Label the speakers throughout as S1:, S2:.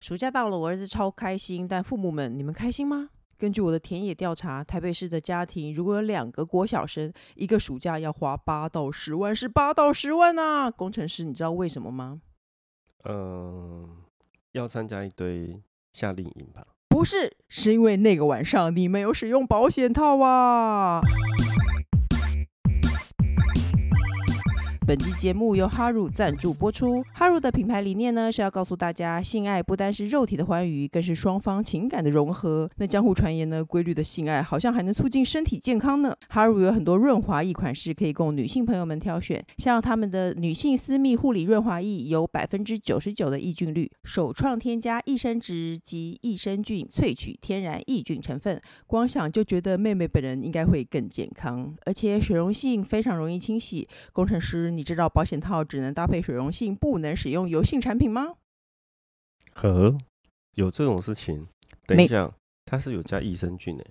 S1: 暑假到了，我儿子超开心，但父母们，你们开心吗？根据我的田野调查，台北市的家庭如果有两个国小生，一个暑假要花八到十万，是八到十万啊！工程师，你知道为什么吗？
S2: 嗯，要参加一堆夏令营吧？
S1: 不是，是因为那个晚上你没有使用保险套啊。本期节目由哈乳赞助播出。哈乳的品牌理念呢是要告诉大家，性爱不单是肉体的欢愉，更是双方情感的融合。那江湖传言呢，规律的性爱好像还能促进身体健康呢。哈乳有很多润滑液款式可以供女性朋友们挑选，像他们的女性私密护理润滑液有百分之九十九的抑菌率，首创添加益生值及益生菌萃取天然抑菌成分，光想就觉得妹妹本人应该会更健康，而且水溶性非常容易清洗，工程师，你知道保险套只能搭配水溶性，不能使用油性产品吗？
S2: 呵，有这种事情？等一
S1: 没
S2: 下，它是有加益生菌诶、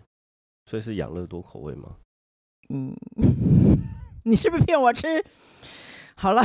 S2: 所以是养乐多口味吗？
S1: 嗯， 你是不是骗我吃？好了，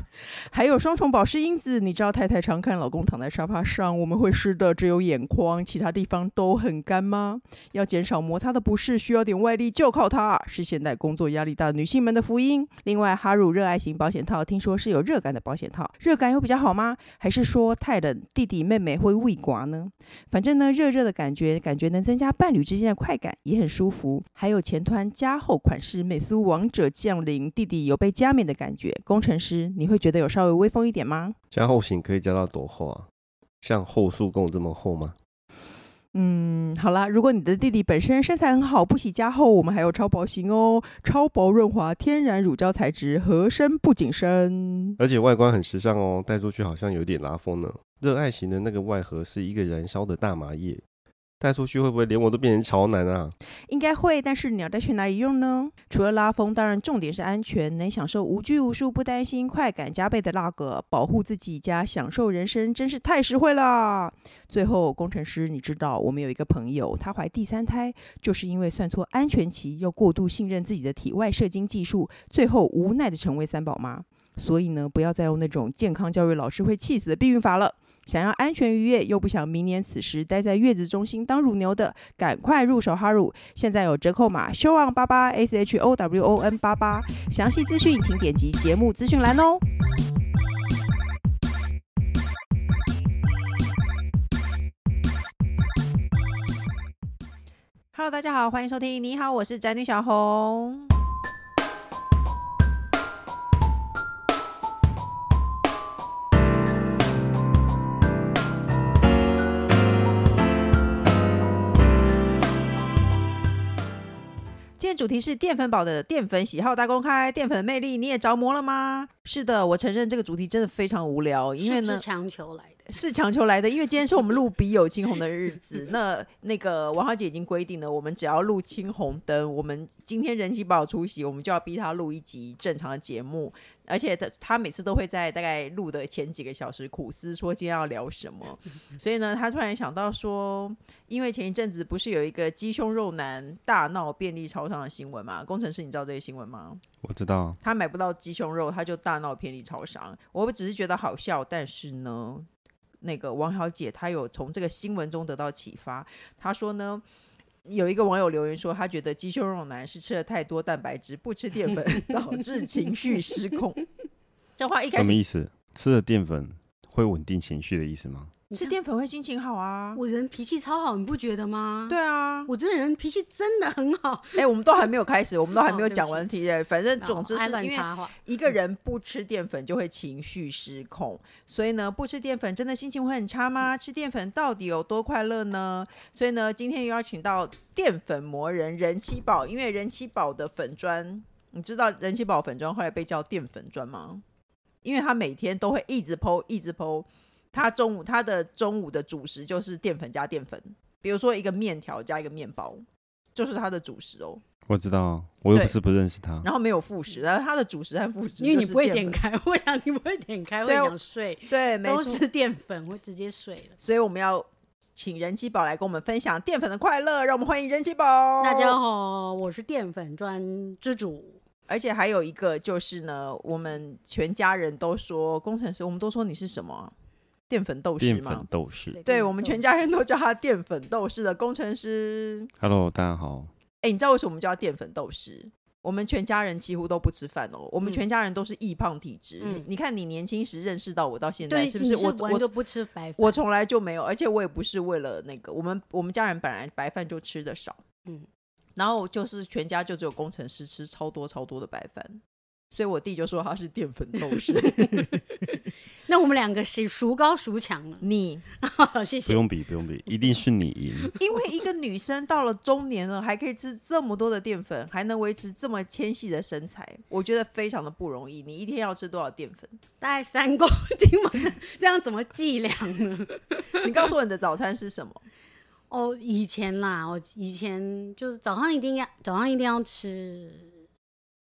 S1: 还有双重保湿因子，你知道太太常看老公躺在沙发上，我们会湿的只有眼眶，其他地方都很干吗？要减少摩擦的不适，需要点外力，就靠它，是现代工作压力大的女性们的福音。另外，哈乳热爱型保险套，听说是有热感的保险套，热感有比较好吗？还是说太冷，弟弟妹妹会胃刮呢？反正呢，热热的感觉，感觉能增加伴侣之间的快感，也很舒服。还有前端加厚款式，美苏王者降临，弟弟有被加冕的感觉。工程师，你会觉得有稍微威风一点吗？
S2: 加厚型可以加到多厚啊？像厚树供这么厚吗？
S1: 嗯，好啦，如果你的弟弟本身身材很好，不喜加厚，我们还有超薄型哦，超薄润滑，天然乳胶材质，合身不紧身。
S2: 而且外观很时尚哦，带出去好像有点拉风呢。热爱型的那个外盒是一个燃烧的大麻叶，带出去会不会连我都变成潮男啊？
S1: 应该会，但是你要带去哪里用呢？除了拉风，当然重点是安全，能享受无拘无束、不担心、快感加倍的那个，保护自己加享受人生，真是太实惠啦！最后，工程师，你知道我们有一个朋友，她怀第三胎，就是因为算错安全期，又过度信任自己的体外射精技术，最后无奈的成为三宝妈。所以呢，不要再用那种健康教育老师会气死的避孕法了。想要安全愉悦，又不想明年此时待在月子中心当乳牛的，赶快入手哈乳，现在有折扣码 showon 八八 s h o w o n 八八，详细资讯请点击节目资讯栏哦。Hello，大家好，欢迎收听。你好，我是宅女小红。今天主题是淀粉宝的淀粉喜好大公开，淀粉魅力，你也着魔了吗？是的，我承认这个主题真的非常无聊，因为
S3: 是不
S1: 呢
S3: 是，强求来的？
S1: 是强求来的，因为今天是我们录笔友青红的日子。 那那个王小姐已经规定了，我们只要录青红灯，我们今天人气宝出席，我们就要逼她录一集正常的节目。而且她她每次都会在大概录的前几个小时苦思说今天要聊什么，所以呢，她突然想到说，因为前一阵子不是有一个鸡胸肉男大闹便利超商的新闻嘛？工程师，你知道这个新闻吗？
S2: 我知道，
S1: 他买不到鸡胸肉，他就大闹便利超商。我只是觉得好笑，但是呢，那个王小姐她有从这个新闻中得到启发，她说呢。有一个网友留言说，他觉得鸡胸肉男是吃了太多蛋白质，不吃淀 粉，导致情绪失控。这话一开
S2: 什么
S1: 始
S2: 意思？吃了淀粉会稳定情绪的意思吗？
S1: 吃淀粉会心情好啊，
S3: 我人脾气超好，你不觉得吗？，
S1: 对啊。
S3: 我这个人脾气真的很好。
S1: 哎、我们都还没有开始，我们都还
S3: 哦
S1: 没有
S3: 对不
S1: 讲
S3: 起
S1: 完题，哎反正总之
S3: 爱
S1: 是
S3: 乱
S1: 因为
S3: 插话，
S1: 一个人不吃淀粉就会情绪失控，所以呢，不吃淀粉真的心情会很差
S3: 嗯
S1: 吗？吃淀粉到底有多快乐呢？所以呢，今天又邀请到淀粉魔人人气宝，因为人气宝的粉砖，你知道人气宝粉砖后来被叫淀粉砖吗？因为他每天都会一直剖，一直剖。他中午他的中午的主食就是淀粉加淀粉，比如说一个面条加一个面包，就是他的主食哦。
S2: 我知道，我又
S1: 对
S2: 不是不认识他。
S1: 然后没有副食，然后他的主食和副食
S3: 因为
S1: 就
S3: 你
S1: 是
S3: 不会
S1: 淀粉
S3: 点开， 我想你不会点开，会
S1: 对啊
S3: 想睡，
S1: 对，没
S3: 都
S1: 错
S3: 是淀粉，我直接睡了。
S1: 所以我们要请人气宝来跟我们分享淀粉的快乐，让我们欢迎人气宝。
S3: 大家，好，我是淀粉专之主。
S1: 而且还有一个就是呢，我们全家人都说工程师，我们都说你是什么啊淀粉斗士
S2: 淀
S1: 嘛
S2: 粉。斗士。
S1: 对我们全家人都叫他淀粉斗士的工程师。
S2: Hello，大家好。
S1: 哎，你知道为什么我们叫淀粉斗士？我们全家人几乎都不吃饭哦，我们
S3: 嗯
S1: 全家人都是易胖体质。
S3: 嗯
S1: 你你看，你年轻时认识到我到现在，
S3: 对，
S1: 是不
S3: 你
S1: 是？
S3: 是
S1: 我
S3: 完
S1: 我
S3: 全不吃白饭，
S1: 我从来就没有，而且我也不是为了那个，我们我们家人本来白饭就吃的少，
S3: 嗯，
S1: 然后就是全家就只有工程师吃超多超多的白饭，所以我弟就说他是淀粉斗士。
S3: 那我们两个谁孰高孰强呢？
S1: 你
S3: 谢
S2: 不
S3: 谢。
S2: 用比，不用比，一定是你赢。
S1: 因为一个女生到了中年了，还可以吃这么多的淀粉，还能维持这么纤细的身材，我觉得非常的不容易。你一天要吃多少淀粉？
S3: 大概三公斤嘛， 这样怎么计量呢？
S1: 你告诉我你的早餐是什么？
S3: 哦，以前啦，我以前就是早上一定要早上一定要吃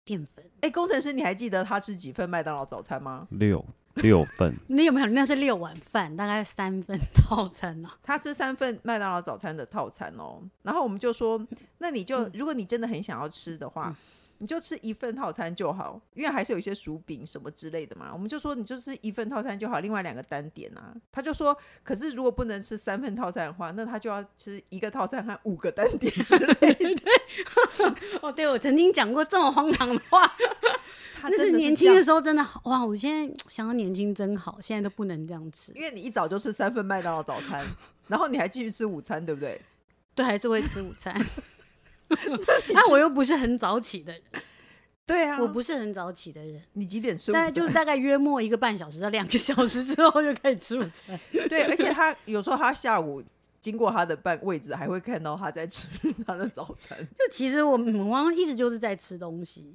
S3: 淀粉。
S1: 哎，工程师，你还记得他吃几份麦当劳早餐吗？
S2: 六六份，
S3: 你有没有？那是六碗饭，大概三啊份套餐呢、
S1: 他吃三份麦当劳早餐的套餐哦。然后我们就说，那你
S3: 嗯
S1: 就如果你真的很想要吃的话。你就吃一份套餐就好，因为还是有一些薯饼什么之类的嘛。我们就说你就吃一份套餐就好，另外两个单点啊。他就说，可是如果不能吃三份套餐的话，那他就要吃一个套餐和五个单点之类 的。
S3: 哦，对，我曾经讲过这么荒唐的话，
S1: 他
S3: 那
S1: 真
S3: 是
S1: 的
S3: 年
S1: 这
S3: 轻
S1: 样
S3: 的时候真的好哇！我现在想到年轻真好，现在都不能这样吃，
S1: 因为你一早就吃三份麦当劳早餐，然后你还继续吃午餐，对不对？
S3: 对，还是会吃午 餐。那我又不是很早起的人，
S1: 对啊，
S3: 我不是很早起的人，
S1: 你几点吃午
S3: 大
S1: 餐？
S3: 概就是大概约莫一个半小时到两个小时之后就开始吃午 餐。
S1: 对，而且他有时候他下午经过他的办位置，还会看到他在吃他的早餐，
S3: 就其实我们往往一直就是在吃东西。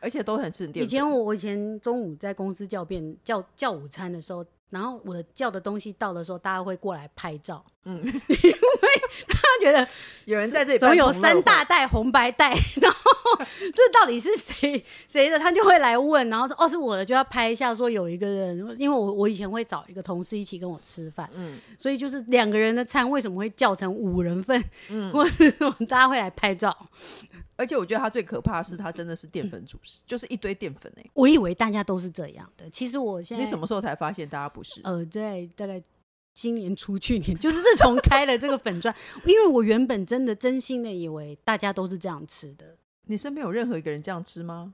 S1: 而且都很吃淀
S3: 以
S1: 粉。
S3: 前我我以前中午在公司叫便叫叫午餐的时候，然后我的叫的东西到的时候，大家会过来拍照，
S1: 嗯
S3: 嗯，因为他觉得
S1: 有人在这里
S3: 总
S1: 办
S3: 有
S1: 同乐
S3: 三大
S1: 会，
S3: 袋红白袋，然后这到底是谁谁的，他就会来问，然后说哦是我的，就要拍一下，说有一个人，因为我我以前会找一个同事一起跟我吃饭，
S1: 嗯
S3: 所以就是两个人的餐为什么会叫成五人份，
S1: 嗯，
S3: 或者是什么大家会来拍照，
S1: 而且我觉得他最可怕的是，他真的是淀粉主食，就是一堆淀粉哎、
S3: 我以为大家都是这样的，其实我现在
S1: 你什么时候才发现大家不是？
S3: 呃，在大概今年初去年，就是自从开了这个粉砖，因为我原本真的真心的以为大家都是这样吃的。
S1: 你身边有任何一个人这样吃 吗？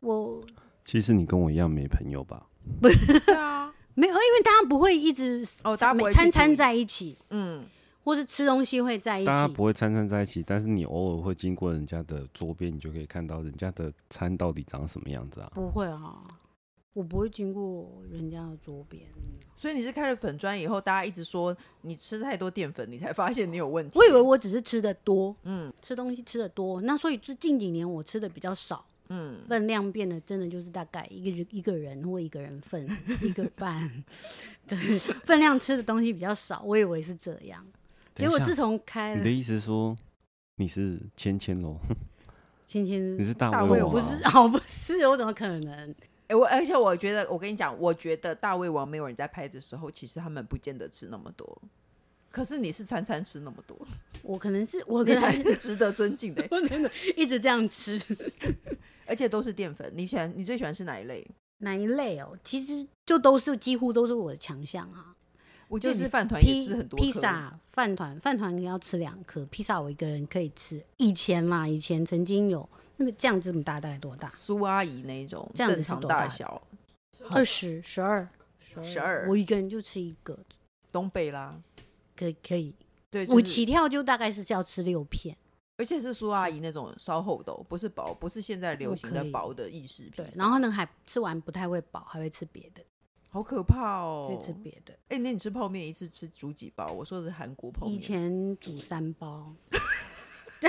S3: 我
S2: 其实你跟我一样没朋友吧？
S1: 对啊，
S3: 没有，因为大家不会一直
S1: 哦大家不会
S3: 每
S1: 去
S3: 餐
S1: 注
S3: 餐
S1: 意
S3: 在一起，
S1: 嗯，
S3: 或是吃东西会在一
S2: 大家
S3: 起。
S2: 不会餐餐在一起，但是你偶尔会经过人家的桌边，你就可以看到人家的餐到底长什么样子啊。
S3: 不会啊，我不会经过人家的桌边。
S1: 所以你是开了粉砖以后，大家一直说你吃太多淀粉，你才发现你有问题。
S3: 我以为我只是吃的多，
S1: 嗯
S3: 吃东西吃的多，那所以最近几年我吃的比较少，
S1: 嗯，
S3: 分量变得真的就是大概一个人一个人或一个人份 一个半， 对，分量吃的东西比较少，我以为是这样。
S2: 等
S3: 结
S2: 一
S3: 果
S2: 下
S3: 自从开
S2: 你
S3: 了
S2: 的意思是说你是芊芊喽？
S3: 芊
S2: 你
S3: 芊，
S2: 是大
S1: 大
S2: 胃
S1: 胃王
S2: 王、啊？
S3: 不是 啊，嗯我不是，我怎么可能？
S1: 哎、我而且我觉得，我跟你讲，我觉得大胃王没有人在拍的时候，其实他们不见得吃那么多。可是你是餐餐吃那么多，
S3: 我可能是我可
S1: 你才
S3: 能
S1: 是值得尊敬的、
S3: 一直这样吃，
S1: 而且都是淀粉。你喜欢你最喜欢吃哪一类？
S3: 哪一类哦？其实就都是几乎都是我的强项啊。
S1: 我记
S3: 就
S1: 得
S3: 是
S1: 你饭团也
S3: 披
S1: 吃很多
S3: 披
S1: 颗
S3: 萨、饭团、饭团要吃两颗，披萨我一个人可以吃。以前啦，以前曾经有那个酱这么大，大概多大？
S1: 苏阿姨那一种
S3: 这样子
S1: 正
S3: 是
S1: 常
S3: 多大
S1: 大
S3: 的
S1: 小，
S3: 二十、十二、
S1: 12
S3: 我一个人就吃一个，
S1: 东北啦，
S3: 可以可以。
S1: 对，就
S3: 我
S1: 是
S3: 起跳就大概是要吃六片，
S1: 而且是苏阿姨那种稍厚的哦，不是薄，不是现在流
S3: 我
S1: 行
S3: 可
S1: 的
S3: 以
S1: 薄的意式披
S3: 对，
S1: 萨
S3: 然后呢还吃完不太会饱，还会吃别的，
S1: 好可怕哦
S3: 会！吃别的。
S1: 哎、那你吃泡面一次吃煮几包？我说的是韩国泡面，
S3: 以前煮三包，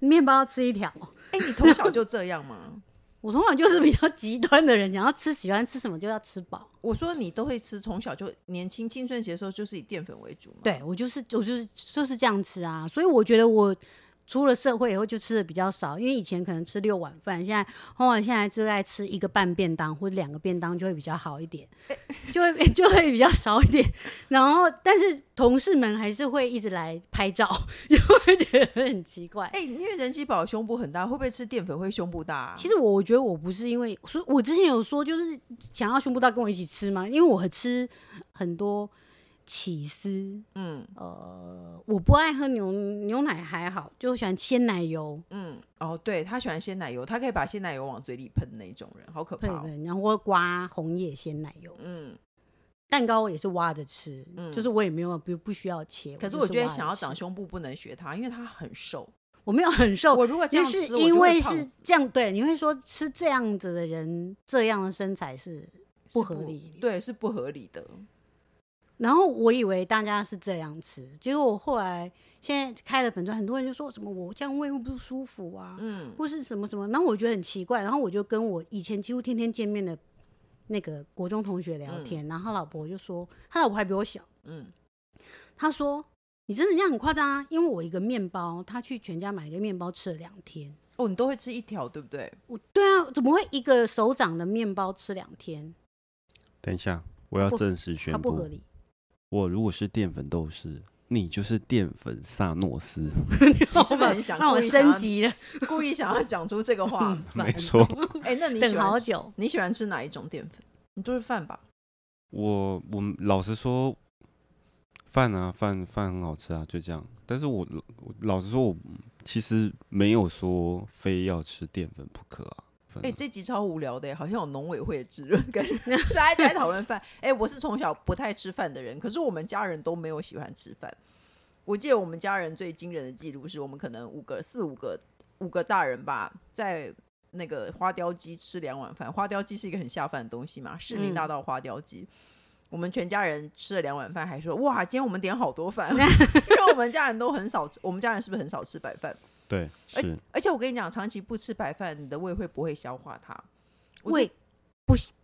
S3: 面包吃一条。
S1: 哎、你从小就这样吗？
S3: 我从小就是比较极端的人，想要吃喜欢吃什么就要吃饱。
S1: 我说你都会吃，从小就年轻青春期的时候就是以淀粉为主嘛。，
S3: 对我就是我就是就是这样吃啊，所以我觉得我出了社会以后就吃的比较少，因为以前可能吃六碗饭，现在往往现在就在吃一个半便当或者两个便当就会比较好一点，就会 就会比较少一点。然后，但是同事们还是会一直来拍照， 就会觉得很奇怪。
S1: 哎、因为人鸡堡胸部很大，会不会吃淀粉会胸部大啊、
S3: 其实我我觉得我不是因为，所以我之前有说就是想要胸部大跟我一起吃嘛，因为我吃很多起司，
S1: 嗯
S3: 呃，我不爱喝牛牛奶还好，就喜欢鲜奶油
S1: 嗯，哦，对他喜欢鲜奶油，他可以把鲜奶油往嘴里喷那种人，好可怕
S3: 配
S1: 哦、
S3: 的，然后会刮红叶鲜奶油。
S1: 嗯，
S3: 蛋糕我也是挖着吃，
S1: 嗯
S3: 就是我也没有不不需要切。
S1: 可是
S3: 就
S1: 我
S3: 是
S1: 觉得
S3: 挖着
S1: 想要
S3: 吃
S1: 长，胸部不能学他，因为他很瘦。
S3: 我没有很瘦，
S1: 我如果这
S3: 就
S1: 样
S3: 哦是
S1: 吃，
S3: 因
S1: 我就
S3: 为
S1: 会胖
S3: 是
S1: 死
S3: 这样，对，你会说吃这样子的人，这样的身材是
S1: 是
S3: 不合理
S1: 对，是不合理的。
S3: 然后我以为大家是这样吃，结果我后来现在开了粉砖，很多人就说什么我这样胃会不舒服啊，
S1: 嗯，
S3: 或是什么什么，然后我觉得很奇怪，然后我就跟我以前几乎天天见面的那个国中同学聊天，然后他老婆就说，他老婆还比我小，
S1: 嗯，
S3: 他说你真的这样很夸张啊，因为我一个面包，他去全家买一个面包吃了两天，
S1: 哦，你都会吃一条，对不 对？
S3: 我对啊，怎么会一个手掌的面包吃两天？
S2: 等一下，我要
S3: 不
S2: 正式
S3: 它
S2: 宣
S3: 不合
S2: 布，
S3: 理。
S2: 我如果是淀粉斗士，你就是淀粉萨诺斯，
S1: 你是不是 很想
S3: 让我
S1: 故意想要
S3: 升级了？嗯
S1: 故意想要讲出这个 话。
S2: 没错。
S1: 哎、那 你喜
S3: 等好
S1: 欢吃
S3: 久。
S1: 你喜欢吃哪一种淀粉？你就是饭吧。
S2: 我我们老实说，饭啊饭饭很好吃啊，就这样。但是我我老实说，我其实没有说非要吃淀粉不可啊。反
S1: 哎、
S2: 正
S1: 这集超无聊的耶，好像有农委会的滋润感觉，大家在讨论饭。哎、我是从小不太吃饭的人，可是我们家人都没有喜欢吃饭。我记得我们家人最惊人的记录是我们可能五个、四五个、五个大人吧，在那个花雕鸡吃两碗饭。花雕鸡是一个很下饭的东西嘛，市民大道花雕鸡。我们全家人吃了两碗饭，还说哇，今天我们点好多饭，因为我们家人都很少吃，我们家人是不是很少吃白饭？
S2: 对
S1: 哎
S2: 是
S1: 而且我跟你讲，长期不吃白饭，你的胃会不会消化它？我
S3: 胃
S1: 就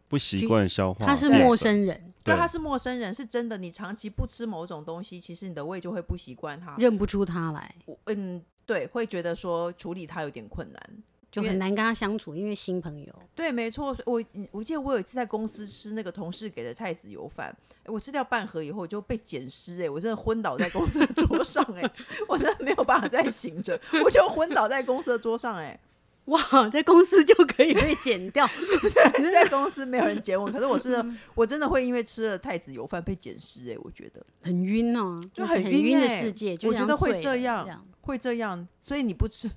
S2: 不习惯消化淀
S3: 他
S2: 粉，
S3: 是陌生人，
S1: 对
S2: 对
S1: 它是陌生人，是真的。你长期不吃某种东西，其实你的胃就会不习惯它。
S3: 认不出他来，
S1: 我嗯，对，会觉得说处理它有点困难。
S3: 就
S1: 因为
S3: 很难跟他相处，因为新朋友。
S1: 对，没错。我嗯我记得我有一次在公司吃那个同事给的太子油饭，诶我吃掉半盒以后我就被捡尸，哎，我真的昏倒在公司的桌上、哎，我真的没有办法再醒着，我就昏倒在公司的桌上、哎。
S3: 哇，在公司就可以被剪掉，
S1: 在公司没有 人捡我，可是我是
S3: 嗯
S1: 我真的会因为吃了太子油饭被捡尸哎，我觉得
S3: 很晕哦，
S1: 就是很
S3: 很
S1: 晕
S3: 的
S1: 欸
S3: 世界。就
S1: 我觉
S3: 像
S1: 得会
S3: 醉
S1: 这
S3: 了
S1: 样
S3: 这样
S1: 会这样，所以你不 吃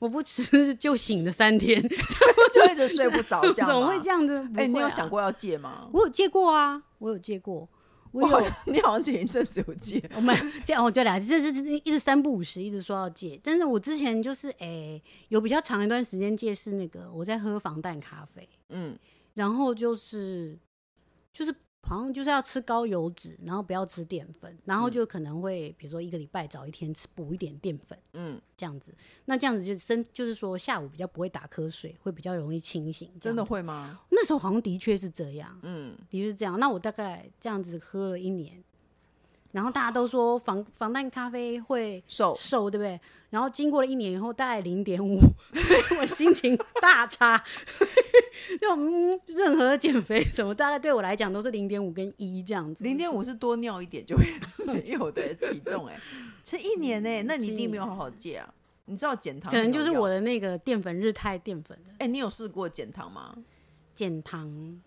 S3: 我不吃 就醒了三 天，
S1: 就一直睡不 着，这样
S3: 总
S1: 吗
S3: 会这。样的。不
S1: 哎、你
S3: 会
S1: 有
S3: 啊
S1: 想？过要戒吗？
S3: 我有戒过啊，我有戒过，我
S1: 好
S3: 有。
S1: 像你好像前一阵子有戒，
S3: 我们这样，我就俩，这是这是一直三不五时，一直说要戒。但是我之前就是，哎、有比较长一段时间戒是那个我在喝防弹咖啡，
S1: 嗯，
S3: 然后就是就是好像就是要吃高油脂，然后不要吃淀粉，然后
S1: 嗯
S3: 就可能会比如说一个礼拜找一天吃补一点淀粉
S1: 嗯，
S3: 这样子。那这样子就真就是说下午比较不会打瞌睡，会比较容易清醒。这
S1: 真的
S3: 样子，
S1: 会吗？
S3: 那时候好像的确是这样，
S1: 嗯，
S3: 的确是这样。那我大概这样子喝了一年。然后大家都说防防弹咖啡会
S1: 瘦，
S3: 瘦，对不对？然后经过了一年以后，大概零点五，我心情大差。 就嗯，任何减肥什么，大概对我来讲都是零点五跟一这样子。
S1: 零点
S3: 五，
S1: 五是多尿一点就会 没有的体重哎、吃一年哎、那你一定没有好好戒啊。你知道减糖
S3: 可能就是
S1: 很有
S3: 我
S1: 用
S3: 的那个淀粉日太淀粉了，
S1: 哎、你有试过减糖吗？
S3: 减糖。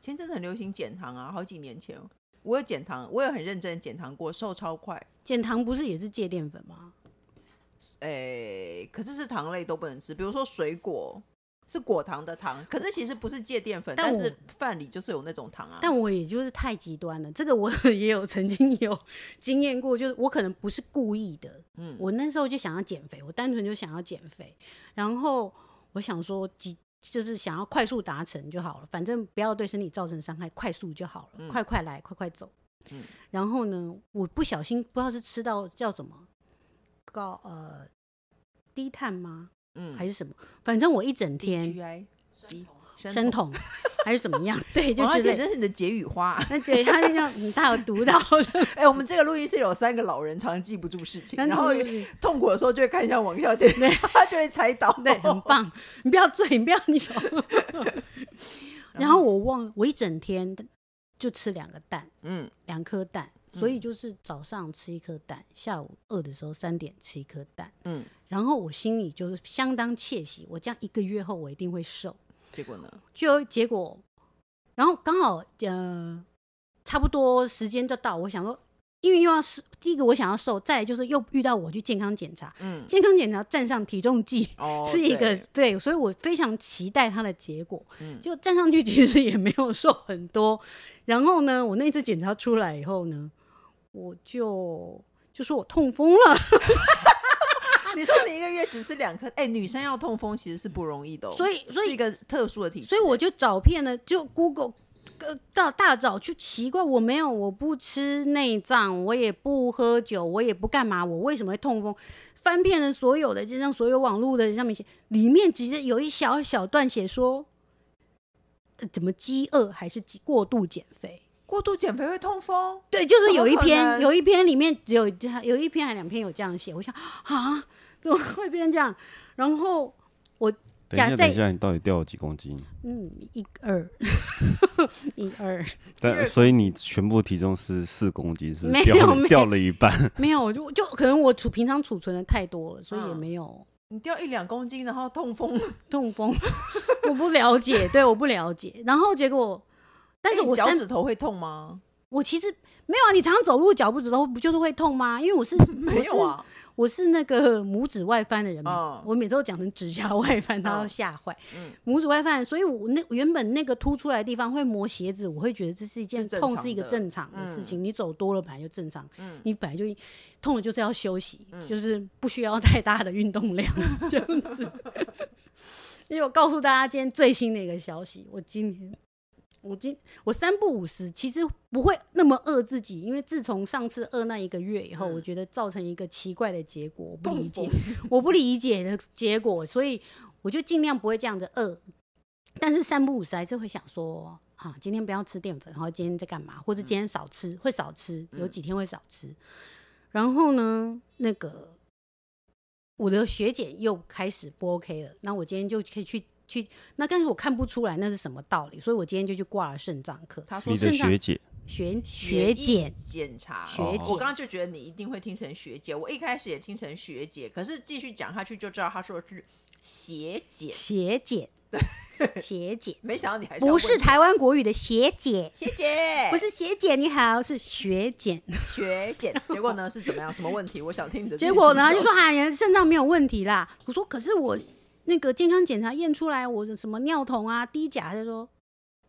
S1: 前阵子很流行减糖啊，好几年前我有减糖，我有很认真地减糖过，瘦超快。
S3: 减糖不是也是戒淀粉吗？
S1: 诶、可是是糖类都不能吃，比如说水果是果糖的糖，可是其实不是戒淀粉，
S3: 但
S1: 但
S3: 我
S1: 是饭里就是有那种糖啊。
S3: 但我也就是太极端了，这个我 也有曾经有 经验过，就是我可能不是故意的，
S1: 嗯
S3: 我那时候就想要减肥，我单纯就想要减肥，然后我想说几就是想要快速达成就好了，反正不要对身体造成伤害，快速就好了，
S1: 嗯
S3: 快快来，快快走。
S1: 嗯
S3: 然后呢，我不小心不知道是吃到叫什么高呃低碳吗，
S1: 嗯
S3: 还是什么？反正我一整天
S1: DGI 低生
S3: 生
S1: 酮哦
S3: 酮，还是怎么样？对，就
S1: 王
S3: 之
S1: 大姐
S3: 类的。
S1: 真是你的解语花。
S3: 那对，他就这样，嗯，他有读到的，
S1: 哎、我们这个录音室有三个老人，常记不住事情，然后
S3: 真的是
S1: 痛苦的时候就会看向王小姐，她就会猜到。
S3: 对，很棒。你不要醉，你不要你手。 然后我忘，我一整天就吃两个蛋，
S1: 嗯，
S3: 两颗蛋，所以就是早上吃一颗蛋，下午饿的时候三点吃一颗蛋，
S1: 嗯，
S3: 然后我心里就是相当窃喜，我这样一个月后我一定会瘦，
S1: 结果呢？
S3: 就结果，然后刚好呃，差不多时间就到，我想说，因为又要是第一个我想要瘦，再来就是又遇到我去健康检查，
S1: 嗯，
S3: 健康检查站上体重计。
S1: 哦，
S3: 是一个
S1: 对
S3: 对，所以我非常期待它的结果。
S1: 嗯
S3: 就站上去其实也没有瘦很多。然后呢，我那次检查出来以后呢，我就就说我痛风了，
S1: 你说你一个月只吃两颗，哎、女生要痛风其实是不容易的、哦，
S3: 所以所
S1: 是
S3: 以
S1: 一个特殊的体质。
S3: 所以我就找遍了，就 Google。呃到大早就奇怪，我没有，我不吃内脏，我也不喝酒，我也不干嘛，我为什么会痛风？翻遍了所有的，就像所有网络的上面写，里面直接有一小小段写说，呃怎么饥饿还是饥过度减肥？
S1: 过度减肥会痛风，
S3: 对，就是
S1: 怎
S3: 有
S1: 么
S3: 一
S1: 可
S3: 篇，
S1: 能
S3: 有一篇里面只有有一篇还两篇有这样写，我想啊，怎么会变成这样？然后
S2: 等一下，
S3: 假在
S2: 等一下，你到底掉了几公斤？
S3: 嗯，一二 一二，
S2: 但所以你全部体重是四公斤，是不
S3: 没
S2: 是
S3: 有
S2: 掉
S3: 没有
S2: 了掉了一半？
S3: 没有，就就可能我储平常储存的太多了，所以也
S1: 嗯
S3: 没有
S1: 你掉一两公斤，然后痛风，
S3: 痛风， 我不了解，对，我不了解。然后结果，但是
S1: 哎你
S3: 我
S1: 脚
S3: 三
S1: 趾头会痛吗？
S3: 我其实没有啊，你常走路脚不趾头不就是会痛吗？因 为我是
S1: 没有，啊，
S3: 我是那个 拇指外翻的人，每次
S1: 哦
S3: 我每次都讲成指甲外翻，他要吓坏。
S1: 嗯
S3: 拇指外翻，所以我那原本那个凸出来的地方会磨鞋子，我会觉得这是一件
S1: 是正
S3: 痛，
S1: 常
S3: 是一个
S1: 的
S3: 正常的
S1: 嗯
S3: 事情。你走多了本来就正常，
S1: 嗯
S3: 你本来就痛了就是要休息，就是不需要太大的运动量 这样子。因为我告诉大家今天最新的一个消息，我今天。我今我三不五时，其实不会那么饿自己，因为自从上次饿那一个月以后，
S1: 嗯
S3: 我觉得造成一个奇怪的结果，我不理
S1: 痛
S3: 解
S1: 风。。
S3: 我不理解的结果，所以我就尽量不会这样的饿。但是三不五时还是会想说啊，今天不要吃淀粉，然后今天在干嘛，或者今天少
S1: 嗯
S3: 吃，会少吃，有几天会少吃。然后呢，那个我的学姐又开始不 OK 了，那我今天就可以去去，那但是我看不出来那是什么道理，所以我今天就去挂了肾脏科，
S1: 他说
S2: 你
S1: 是
S2: 的
S3: 肾脏
S2: 学姐
S3: 学
S1: 血
S3: 学
S1: 液
S3: 检
S1: 检查，
S3: 学
S2: 哦
S1: 我
S3: 检
S1: 刚刚就觉得你一定会听成学姐，我一开始也听成学姐，可是继续讲下去就知道他说的是血检，
S3: 血检血检，
S1: 没想到你还要
S3: 不是
S1: 问
S3: 台湾国语的血检。
S1: 学姐，
S3: 不是学姐你好，是学姐。
S1: 学检，结果呢是怎么样？什么问题？我想听你的自己
S3: 结
S1: 心
S3: 果呢，
S1: 交
S3: 他就说啊，你的肾脏没有问题啦。我说可是我那个健康检查验出来，我什么尿酮啊、低钾，他就说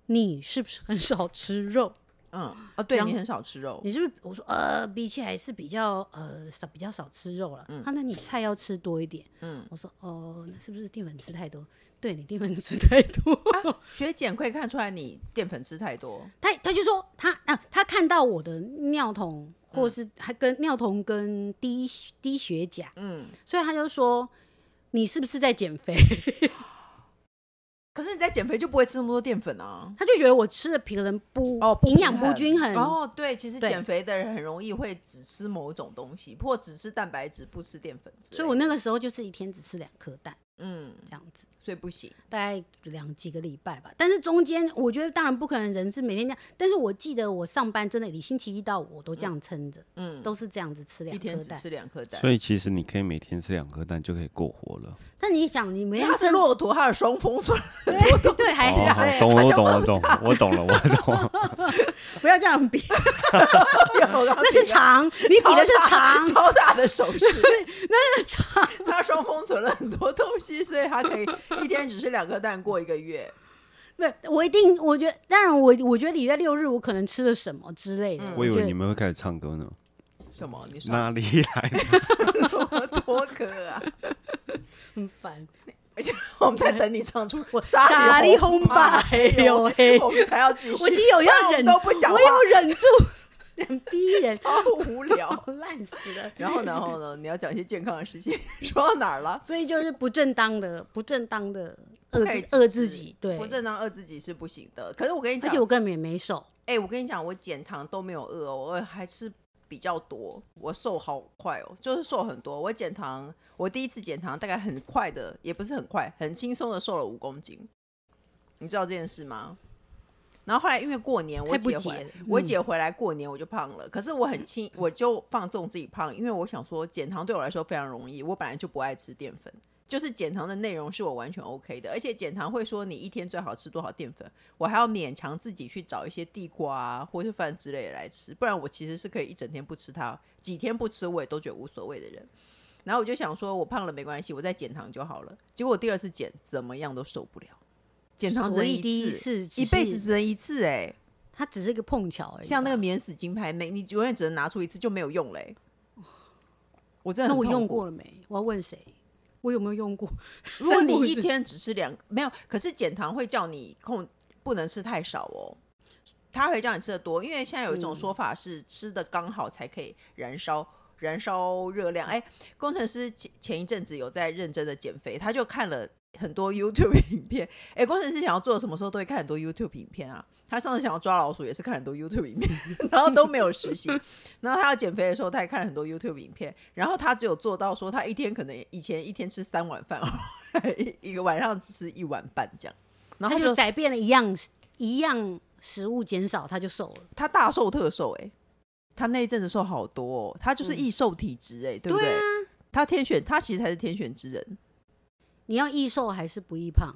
S3: 你是不是很少吃肉？
S1: 嗯啊，对
S3: 然后
S1: 你很少吃肉，
S3: 你是不是？我说呃，比起来是比较呃少，比较少吃肉了。他、那你菜要吃多一点。
S1: 嗯，
S3: 我说哦，那是不是淀粉吃太多？对你淀粉吃太 多。
S1: 啊学检可以看出来你淀粉吃太多，
S3: 他他就说他啊，他看到我的尿酮，或是还跟尿酮跟低低血钾，
S1: 嗯，
S3: 所以他就说：“你是不是在减肥。
S1: 可是你在减肥就不会吃那么多淀粉啊？”
S3: 他就觉得我吃的可能不
S1: 哦，
S3: 营养
S1: 不
S3: 不均衡。
S1: 哦，对，其实
S3: 对
S1: 减肥的人很容易会只吃某种东西，或只吃蛋白质，不吃淀粉之类的。
S3: 所以我那个时候就是一天只吃两颗蛋
S1: 嗯，
S3: 这样子，
S1: 所以不行。
S3: 大概两几个礼拜吧。但是中间我觉得当然不可能人是每天这样，但是我记得我上班真的，你星期一到五我都这样撑着，
S1: 嗯，
S3: 都是这样子吃两
S1: 一天
S3: 颗
S1: 只
S3: 蛋。
S1: 吃两颗蛋。
S2: 所以其实你可以每天吃两颗蛋就可以过活了。
S3: 但你想，你每
S1: 因为
S3: 天
S1: 他是
S3: 吃
S1: 骆驼，他的双峰村，
S3: 对对，还
S2: 哦好好，
S3: 对
S2: 懂
S1: 好
S2: 我
S1: 像
S2: 懂我懂我懂了我懂 了。
S3: 不要这样 比，
S1: 那
S3: 那是长， 你比的是长，
S1: 超大的手 势，那是长。他双峰存了很多东西，所以他可以一天只吃两颗蛋过一个月。
S3: 对，我一定，我觉得，当然我，我觉得礼拜六日我可能吃了什么之类
S1: 嗯
S3: 的。
S2: 我以
S3: 觉
S2: 为
S3: 得啊
S2: 你们会开始唱歌呢，
S1: 什么？你说
S2: 哪里来的？
S1: 多可啊！
S3: 很烦，
S1: 而且哎我们在等你唱出
S3: 我
S1: 沙
S3: 沙
S1: 里
S3: 里
S1: 红
S3: 红吧
S1: 吧，哎
S3: 哎呦
S1: 呦
S3: 嘿
S1: 我们才要继续。
S3: 我其实有要
S1: 不然我
S3: 忍，
S1: 们都不讲话
S3: 我，有忍住，很逼人，
S1: 超无聊。
S3: 烂死了。
S1: 然后呢，然后呢，你要讲一些健康的事情，说到哪儿了？
S3: 所以就是不正当的、不正当的
S1: 不可以
S3: 饿
S1: 只
S3: 饿
S1: 是
S3: 自己，对，
S1: 不正当饿自己是不行的。可是我跟你
S3: 而
S1: 讲
S3: 且，我根本也没瘦，
S1: 哎、我跟你讲，我减糖都没有饿哦，我还吃比较多，我瘦好快哦，就是瘦很多。我减糖，我第一次减糖大概很快的，也不是很快，很轻松的瘦了五公斤。你知道这件事吗？然后后来因为过年我
S3: 太不
S1: 姐
S3: 解
S1: 回来
S3: 了，
S1: 我
S3: 嗯
S1: 姐回来过年我就胖了，可是我很轻，我就放纵自己胖，因为我想说减糖对我来说非常容易，我本来就不爱吃淀粉，就是减糖的内容是我完全 OK 的，而且减糖会说你一天最好吃多少淀粉，我还要勉强自己去找一些地瓜啊或是饭之类的来吃，不然我其实是可以一整天不吃它，几天不吃我也都觉得无所谓的人。然后我就想说，我胖了没关系，我再减糖就好了。结果我第二次减怎么样都受不了，减糖只
S3: 所
S1: 能
S3: 以第一
S1: 一次，
S3: 次
S1: 一辈子
S3: 只是
S1: 只能一次哎、
S3: 它只是一个碰巧而已吧。啊
S1: 像那个免死金牌，每你永远只能拿出一次，就没有用嘞、我真的
S3: 那
S1: 很
S3: 我
S1: 痛
S3: 用
S1: 苦
S3: 过了没？我要问谁？我有没有用过？
S1: 如 果
S3: 三
S1: 你
S3: 明
S1: 一
S3: 治
S1: 天只吃两，没有，可是减糖会叫你控不能吃太少哦，他会叫你吃的多，因为现在有一种说法是吃的刚好才可以燃烧。燃烧热量，哎、工程师前前一阵子有在认真的减肥，他就看了很多 YouTube 影片。哎、工程师想要做什么时候都会看很多 YouTube 影片啊。他上次想要抓老鼠也是看很多 YouTube 影片， 然后都没有实行。然后他要减肥的时候，他也看了很多 YouTube 影片，然后他只有做到说他一天可能以前一天吃三碗饭，哦 一一个晚上只吃一碗半这样。然后
S3: 他
S1: 他
S3: 就
S1: 就
S3: 改变了一样一样食物减少，他就瘦了。
S1: 他大瘦特瘦、欸，哎，他那一阵子瘦好多、哦，他就是易瘦体质、欸，哎、对不对？
S3: 嗯啊，
S1: 他天选，他其实才是天选之人。
S3: 你要易瘦还是不易胖？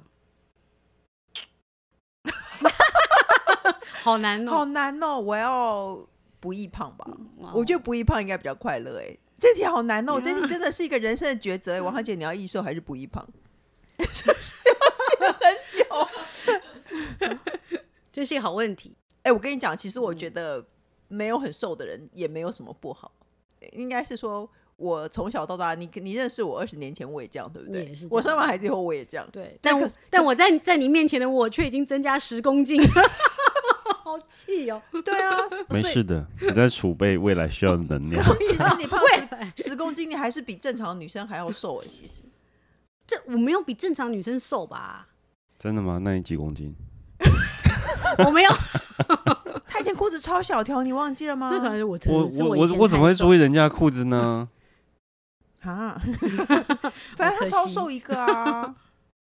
S3: 好难
S1: 好
S3: 哦！
S1: 难哦，我要不易胖吧？
S3: 哇
S1: 我觉得不易胖应该比较快乐、欸，哎。这题好难 哦，这题真的是一个人生的抉择、欸。王小姐，你要易瘦还是不易胖？休息了很久。
S3: 这是一个好问题。
S1: 哎、我跟你讲，其实我觉
S3: 嗯
S1: 得没有很瘦的人也没有什么不好，应该是说我从小到大，你你认识我二十年前我也这样，对不对？
S3: 你也是这样
S1: 我生完孩子以后我也这样，
S3: 对，
S1: 但
S3: 但我
S1: 可是
S3: 但我在在你面前的我却已经增加十公斤， 好气 哦！
S1: 对啊，
S2: 没
S1: 所以。
S2: 事的，你在储备未来需要的能量。
S3: 啊
S1: 其实你胖十十公斤，你还是比正常女生还要瘦哎、 其实
S3: 这我没有比正常女生瘦吧？
S2: 真的吗？那你几公斤？
S3: 我没有，
S1: 她以前裤子超小条，你忘记了吗？
S3: 那可能是我真
S2: 我
S3: 的是
S2: 我
S3: 以
S2: 我
S3: 前
S2: 我怎么
S3: 太
S2: 会
S3: 瘦
S2: 注意人家的裤子呢？
S1: 啊，反正她
S3: 可
S1: 超
S3: 惜
S1: 瘦一个 啊。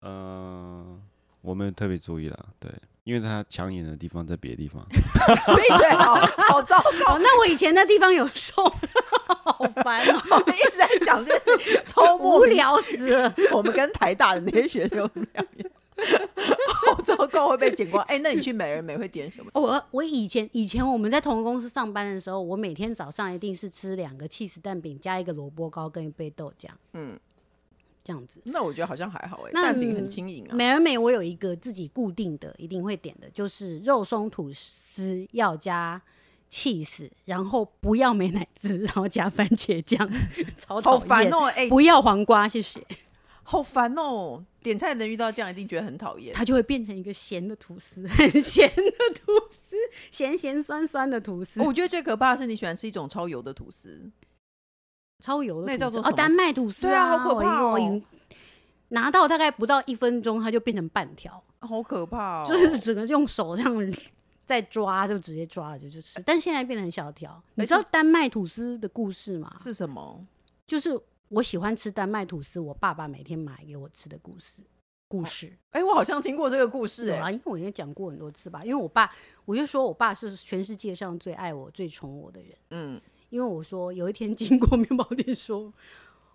S2: 嗯，我没有特别注意啦，对，因为他抢眼的地方在别的地方。
S1: 闭嘴，好好糟糕
S3: 哦，，那我以前那地方有瘦， 好烦 哦，
S1: 我们一直在讲这件事，超莫
S3: 无
S1: 名
S3: 聊死了。
S1: 我们跟台大的那些学生我们两样，好糟糕，会被剪光。哎、那你去美人美会点什么？
S3: 我我以前以前我们在同一个公司上班的时候，我每天早上一定是吃两个起司蛋饼加一个萝卜糕跟一杯豆浆，
S1: 嗯，
S3: 这样子。
S1: 那我觉得好像还好哎、
S3: 那
S1: 蛋饼很轻盈啊。
S3: 美而美我有一个自己固定的一定会点的，就是肉松吐司要加 cheese，然后不要美乃滋，然后加番茄酱，超讨
S1: 好烦
S3: 厌
S1: 哦、哎、
S3: 不要黄瓜，谢谢。
S1: 好烦哦、点菜能遇到这样，一定觉得很讨厌。
S3: 它就会变成一个咸的吐司，很咸的吐司，咸咸酸酸的吐司，
S1: 哦我觉得最可怕的是你喜欢吃一种超油的吐司，
S3: 超油的吐司。
S1: 那叫做什
S3: 哦，
S1: 么
S3: 丹麦吐司、
S1: 对啊
S3: 啊，
S1: 好可怕哦
S3: 我已经我已经拿到大概不到一分钟，它就变成半条，
S1: 好可怕哦、
S3: 就是 只能用手这样 再抓，就直接抓了就就吃。但现在变成很小条。
S1: 而且
S3: 你知道丹麦吐司的故事吗？
S1: 是什么？
S3: 就是我喜欢吃丹麦吐司，我爸爸每天买给我吃的故事。故事、
S1: 哎、我好像听过这个故事
S3: 有
S1: 哎、
S3: 啊，因为我也讲过很多次吧。因为我爸，我就说我爸是全世界上最爱我、最宠我的人。
S1: 嗯，
S3: 因为我说有一天经过面包店说，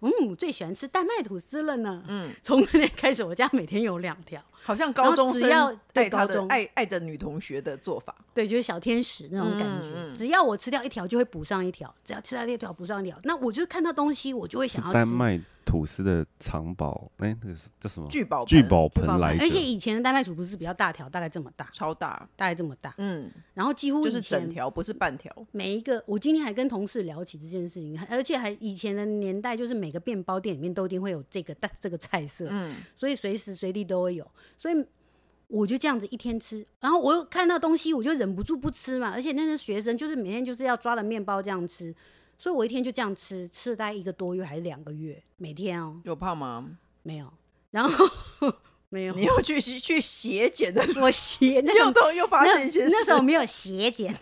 S3: 嗯，我最喜欢吃丹麦吐司了呢。
S1: 嗯
S3: 嗯，从那天开始，我家每天有两条，
S1: 好像高中生
S3: 然后只要
S1: 爱
S3: 对
S1: 他
S3: 高
S1: 的
S3: 中
S1: 爱爱着女同学的做法，
S3: 对，就是小天使那种感觉。
S1: 嗯嗯
S3: 只要我吃掉一条，就会补上一条；只要吃掉一条，补上一条。那我就看到东西，我就会想要吃。
S2: 丹麦吐司的藏宝，哎、那个是叫什么？
S1: 聚宝
S2: 聚
S1: 盆
S2: 宝
S1: 聚宝
S2: 盆来
S3: 而
S2: 着。
S3: 且以前的丹麦吐司是比较大条，大概这么大，
S1: 超大，
S3: 大概这么大。
S1: 嗯，
S3: 然后几乎
S1: 就是
S3: 以
S1: 整
S3: 前
S1: 条不是半条，
S3: 每一个，我今天还跟同事聊起这件事情，还而且还以前的年代，就是每个面包店里面都一定会有这个但这个菜色，
S1: 嗯
S3: 所以随时随地都会有，所以我就这样子一天吃，然后我又看到东西，我就忍不住不吃嘛，而且那些学生就是每天就是要抓了面包这样吃，所以我一天就这样吃，吃了大概一个多月还是两个月，每天哦
S1: 有胖吗？
S3: 没有，然后 没有，
S1: 你又去去血检的，
S3: 我斜 那
S1: 又
S3: 种
S1: 都又发现一些事。
S3: 那时候没有学姐，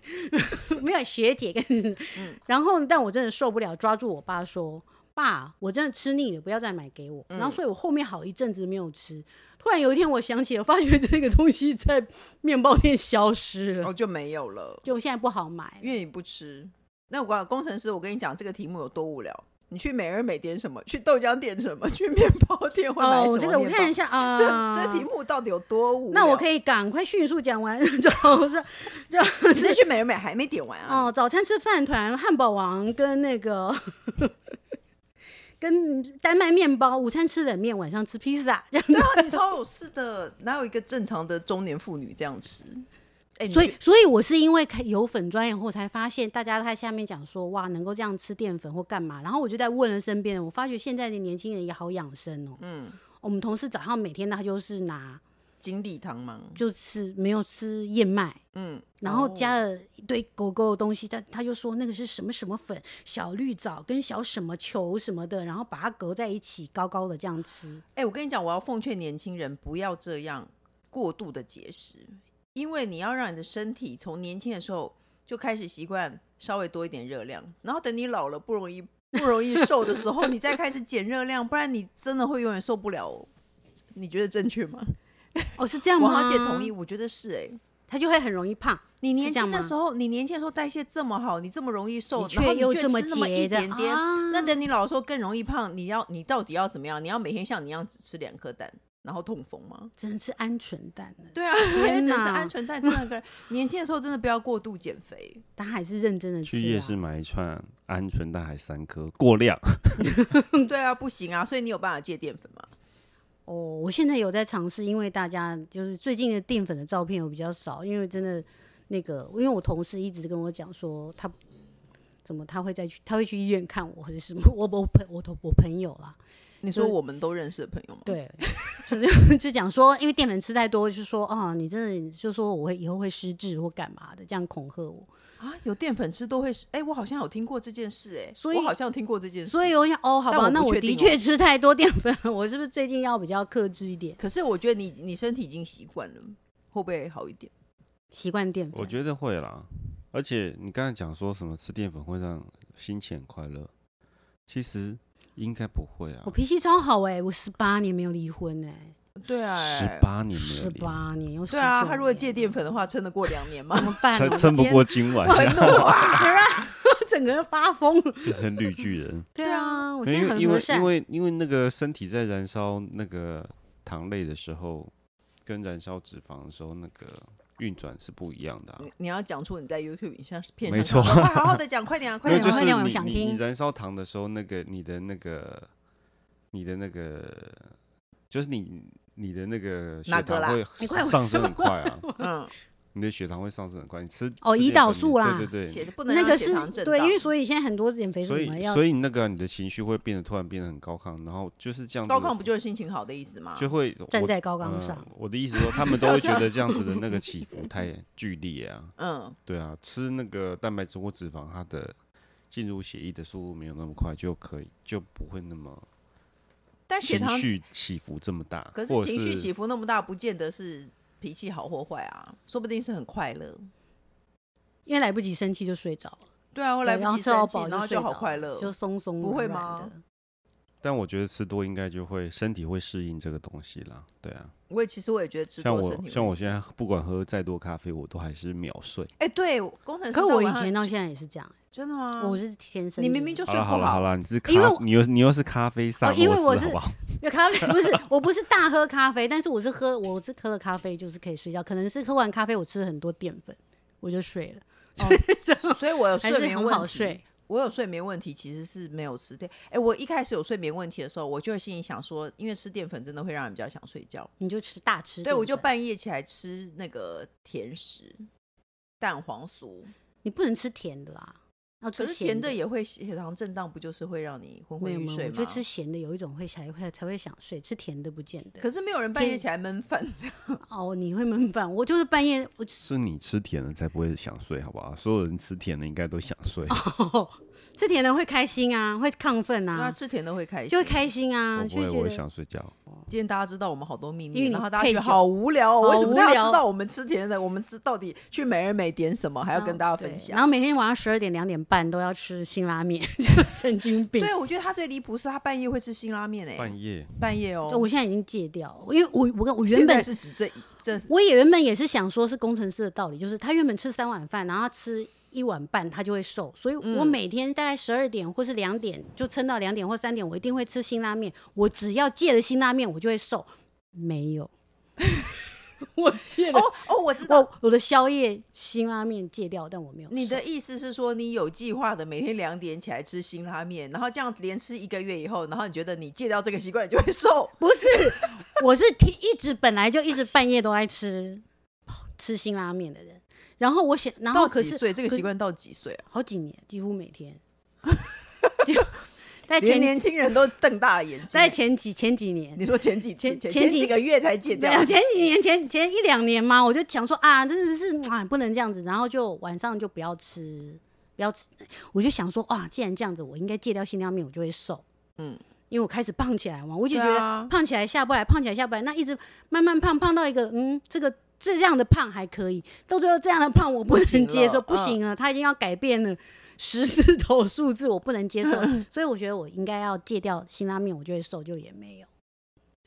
S3: 没有学姐跟，
S1: 嗯
S3: 然后但我真的受不了，抓住我爸说：“爸，我真的吃腻了，不要再买给我。
S1: 嗯
S3: 然后，所以我后面好一阵子没有吃。突然有一天，我想起了，发觉这个东西在面包店消失了，
S1: 哦就没有了，
S3: 就现在不好买了。
S1: 因为你不吃。那我管工程师，我跟你讲这个题目有多无聊。你去美而美点什么？去豆浆店什么？去面包店会买什么
S3: 哦，
S1: 面包？
S3: 这个我看一下啊，
S1: 这这题。目到底有多无聊？
S3: 那我可
S1: 以，
S3: 以赶快迅速讲完， 就是
S1: 可是去美而美还没点完啊。
S3: 哦，早餐吃饭团、汉堡王跟那个 跟丹麦面包，午餐吃冷面，晚上吃披萨，这样
S1: 对啊，你超有事的，哪有一个正常的中年妇女这样吃？哎，你
S3: 所以
S1: 去，
S3: 所以我是因为开有粉专以后才发现，大家在下面讲说哇，能够这样吃淀粉或干嘛，然后我就在问了身边人，我发觉现在的年轻人也好养生哦。
S1: 嗯，
S3: 我们同事早上每天他就是拿
S1: 金地堂吗？
S3: 就吃没有吃燕麦，
S1: 嗯，
S3: 然后
S1: 哦
S3: 加了一堆狗狗的东西，他他就说那个是什么什么粉，小绿藻跟小什么球什么的，然后把它隔在一起，高高的这样吃。
S1: 哎、我跟你讲，我要奉劝年轻人不要这样过度的节食，因为你要让你的身体从年轻的时候就开始习惯稍微多一点热量，然后等你老了不容易不容易瘦的时候，你再开始减热量，不然你真的会永远受不了、哦。你觉得正确吗？
S3: 哦，是这样吗？
S1: 王小姐同意，，我觉得是哎、
S3: 他就会很容易胖。
S1: 你年
S3: 是这样
S1: 轻的
S3: 吗
S1: 时候，你年轻的时候代谢这么好，你这么容易瘦，
S3: 你
S1: 然后
S3: 却
S1: 你
S3: 又
S1: 却
S3: 这么
S1: 吃那么一
S3: 节的
S1: 点点，
S3: 啊
S1: 那等你老的时候更容易胖。你要你到底要怎么样？你要每天像你一样只吃两颗蛋，然后痛风吗？
S3: 只能吃鹌鹑蛋了。
S1: 对啊， 真是
S3: 哪
S1: 鹌鹑蛋真的跟年轻的时候真的不要过度减肥。
S3: 他还是认真的吃、啊。
S2: 去夜市买一串鹌鹑蛋还三颗，过量。
S3: 嗯
S1: 对啊，不行啊，所以你有办法戒淀粉吗？
S3: 哦，我现在有在尝试，因为大家就是最近的淀粉的照片我比较少，因为真的那个，因为我同事一直跟我讲说他怎么他会再去，他会去医院看我或者什么，我我朋我同我朋友啦，
S1: 你说我们都认识的朋友吗？，
S3: 对， 就是就讲说，因为淀粉吃太多，就说啊，你真的就说我会以后会失智或干嘛的，这样恐吓我，
S1: 啊，有淀粉吃都会是，哎、我好像有听过这件事、哎，
S3: 所以
S1: 我好像有听过这件事，
S3: 所以我想哦，好
S1: 但我
S3: 吧，
S1: 不
S3: 那我
S1: 确定
S3: 的
S1: 哦
S3: 确吃太多淀粉，我是不是最近要比较克制一点，
S1: 可是我觉得你你身体已经习惯了，会不会好一点？
S3: 习惯淀 粉？
S2: 我觉得会啦，而且你刚才讲说什么吃淀粉会让心情很快乐，其实应该不会啊
S3: 我。脾气超好哎、我十八年没有离婚哎、
S1: 对啊、
S2: 十
S1: 哎
S2: 八年没有
S3: 十
S2: 离，
S3: 八年，又
S1: 对啊，
S3: 19
S1: 他如果
S3: 年
S1: 戒淀粉的话，撑得过两年 吗？
S3: 怎么办啊？
S2: 撑撑不过今晚，
S1: 很 怒啊！
S3: 整个人发疯。
S2: 变成绿巨 人。
S3: 对啊，我
S2: 因
S3: 现在
S2: 为
S3: 很
S2: 因
S3: 和
S2: 为
S3: 善
S2: 因。为因为那个身体在燃烧那个糖类的时候，跟燃烧脂肪的时候，那个运转是不一样的、啊。
S1: 你你要讲出你在 YouTube 影像片上
S2: 没错
S1: 看到快好好的讲，快点 啊，快
S2: 没有
S1: 点、啊，
S2: 就是
S3: 快点我
S2: 你
S3: 想
S2: 你
S3: 听
S2: 你燃烧糖的时候，那个你的那个你的那个就是你你的那个血
S1: 哪个
S2: 糖
S1: 啦
S2: 会
S3: 你快
S2: 上升很快 啊，
S1: 嗯，
S2: 你的血糖会上升很快。你吃
S3: 哦
S2: 吃
S3: 胰
S2: 淀
S3: 岛
S2: 粉
S3: 素
S2: 你
S3: 啦
S2: 对对
S1: 血
S2: 对。
S1: 不能
S3: 那
S1: 让
S3: 个
S1: 血
S3: 是
S1: 糖震
S3: 对，因
S1: 荡
S3: 为所以现在很多减肥什
S2: 所以
S3: 么，要
S2: 所以那个啊你的情绪会变得突然变得很高亢，然后就是这样子
S1: 高
S2: 的
S1: 亢不就是心情好的意思吗？
S2: 就会我
S3: 站在高
S2: 呃
S3: 岗上，
S2: 我的意思说，他们都会觉得这样子的那个起伏 太剧烈啊。
S1: 嗯，
S2: 对啊，吃那个蛋白质或脂肪，它的进入血液的速度没有那么快，就可以就不会那么
S1: 但血
S2: 情
S1: 糖
S2: 绪起伏这么大。
S1: 可是
S2: 或者
S1: 情绪
S2: 是
S1: 起伏那么大，不见得是脾气好或坏啊，说不定是很快乐。
S3: 因为来不及生气就睡着了，
S1: 对啊，我
S3: 对
S1: 来
S3: 然
S1: 不
S3: 后
S1: 及
S3: 吃到
S1: 生气
S3: 饱，
S1: 然后
S3: 睡
S1: 就
S3: 着
S1: 好
S3: 了
S1: 快乐。
S3: 就松松
S1: 不会
S3: 软
S1: 吗
S3: 软的？
S2: 但我觉得吃多应该就会身体会适应这个东西啦。对啊，
S1: 我也其实我也觉得吃
S2: 像
S1: 多身体
S2: 我
S1: 会
S2: 像我
S1: 有
S2: 现在不管喝再多咖啡，我都还是秒睡。
S1: 哎，对，工程师
S3: 可
S1: 到
S3: 我
S1: 晚
S3: 以
S1: 上
S3: 前到现在也是这样，
S1: 真的吗？
S3: 我是天生
S1: 嗯你
S3: 丽
S1: 明明
S3: 质
S1: 就
S2: 好
S1: 睡
S2: 了
S1: 不哦
S2: 啊好了好了，你是
S3: 因为
S2: 咖
S3: 我，
S2: 你又你又是咖啡萨
S3: 哦因为
S2: 摩
S3: 我
S2: 斯，
S3: 是
S2: 好不好？
S3: 有咖啡不是，我不是大喝咖啡，但是我是喝，我是喝了咖啡就是可以睡觉，可能是喝完咖啡我吃了很多淀粉，我就睡了，
S1: 所以我有
S3: 还
S1: 哦睡
S3: 是
S1: 眠
S3: 很
S1: 问
S3: 好
S1: 题。
S3: 睡。
S1: 我有睡眠问题，其实是没有吃淀。哎、我一开始有睡眠问题的时候，我就会心里想说，因为吃淀粉真的会让人比较想睡觉，
S3: 你就吃大吃淀粉，
S1: 对我就半夜起来吃那个甜食，蛋黄酥。
S3: 你不能吃甜的啦，要吃
S1: 可是
S3: 咸
S1: 甜的也会血糖震荡，不就是会让你昏昏
S3: 没有
S1: 欲
S3: 没有，
S1: 睡
S3: 我
S1: 吗
S3: 觉？得吃咸的有一种会才会才会想睡，吃甜的不见得。
S1: 可是没有人半夜
S3: 甜
S1: 起来闷饭，
S3: 哦，你会闷饭，我就是 半夜我吃、
S2: 是你吃甜的才不会想睡，好不好？所有人吃甜的应该都想 睡。
S1: 哦
S3: 吃甜的会开心啊，会亢奋
S1: 那
S3: 啊，
S1: 吃甜的会开心，
S3: 就会开心啊，
S2: 我
S3: 就
S2: 不会，
S3: 会
S2: 我会
S3: 觉得
S2: 想睡觉。
S1: 今天大家知道我们好多秘
S3: 因
S1: 密，
S3: 为你
S1: 然后大家
S3: 配
S1: 觉得
S3: 酒
S1: 好无聊哦，为
S3: 好
S1: 什么
S3: 无
S1: 大家
S3: 聊
S1: 知道我们吃甜的，我们吃到底去美而美点什么，还要跟大家分
S3: 哦嗯然
S1: 享。
S3: 后每天晚上十二点、两点半都要吃辛拉面， 就是神经病。
S1: 对，我觉得他最离谱是他半夜会吃辛拉面诶，
S2: 半夜
S1: 半夜哦
S3: 就，我现在已经戒掉了，因为我我我原
S1: 现在
S3: 本
S1: 是指这一这
S3: 我也原本也是想说，是工程师的道理，就是他原本吃三碗饭，然后他吃一碗半，他就会瘦。所以
S1: 嗯
S3: 我每天大概十二点或是两点，就撑到两点或三点，我一定会吃辛拉面。我只要戒了辛拉面，我就会瘦。没 有，我戒了，
S1: 哦哦，我知道。
S3: 我我的宵夜辛拉面戒掉，但我没有瘦。
S1: 你的意思是说，你有计划的每天两点起来吃辛拉面，然后这样连吃一个月以后，然后你觉得你戒掉这个习惯，你就会瘦。
S3: 不是， 我是天一直本来就一直半夜都爱吃吃辛拉面的人。然后我想，然后
S1: 到
S3: 可
S1: 几
S3: 是
S1: 岁？这个
S3: 可
S1: 习惯到几岁啊？
S3: 好几年，几乎每 天，就在
S1: 连
S3: 前
S1: 年轻人都瞪大了眼睛。欸
S3: 在前几前几年，
S1: 你说前几天
S3: 前
S1: 前
S3: 前几
S1: 几个月才戒
S3: 对
S1: 掉，
S3: 啊，前几年前前一两年嘛，我就想说啊，真的是啊，不能这样子，然后就晚上就不要吃，不要吃，我就想说啊，既然这样子，我应该戒掉辛拉面，我就会瘦，
S1: 嗯
S3: 嗯。因为我开始胖起来嘛，我就觉
S1: 对
S3: 得
S1: 啊
S3: 胖起来下不来，胖起来下不来，那一直慢慢胖，胖到一个嗯，这个这样的胖还可以，到最后这样的胖我不
S1: 不行
S3: 能
S1: 了
S3: 接受，不
S1: 嗯
S3: 行了，他已经要改变了十字头数字，我不能接受，
S1: 嗯
S3: 所以我觉得我应该要戒掉辛拉面，我就会瘦，就也 没有。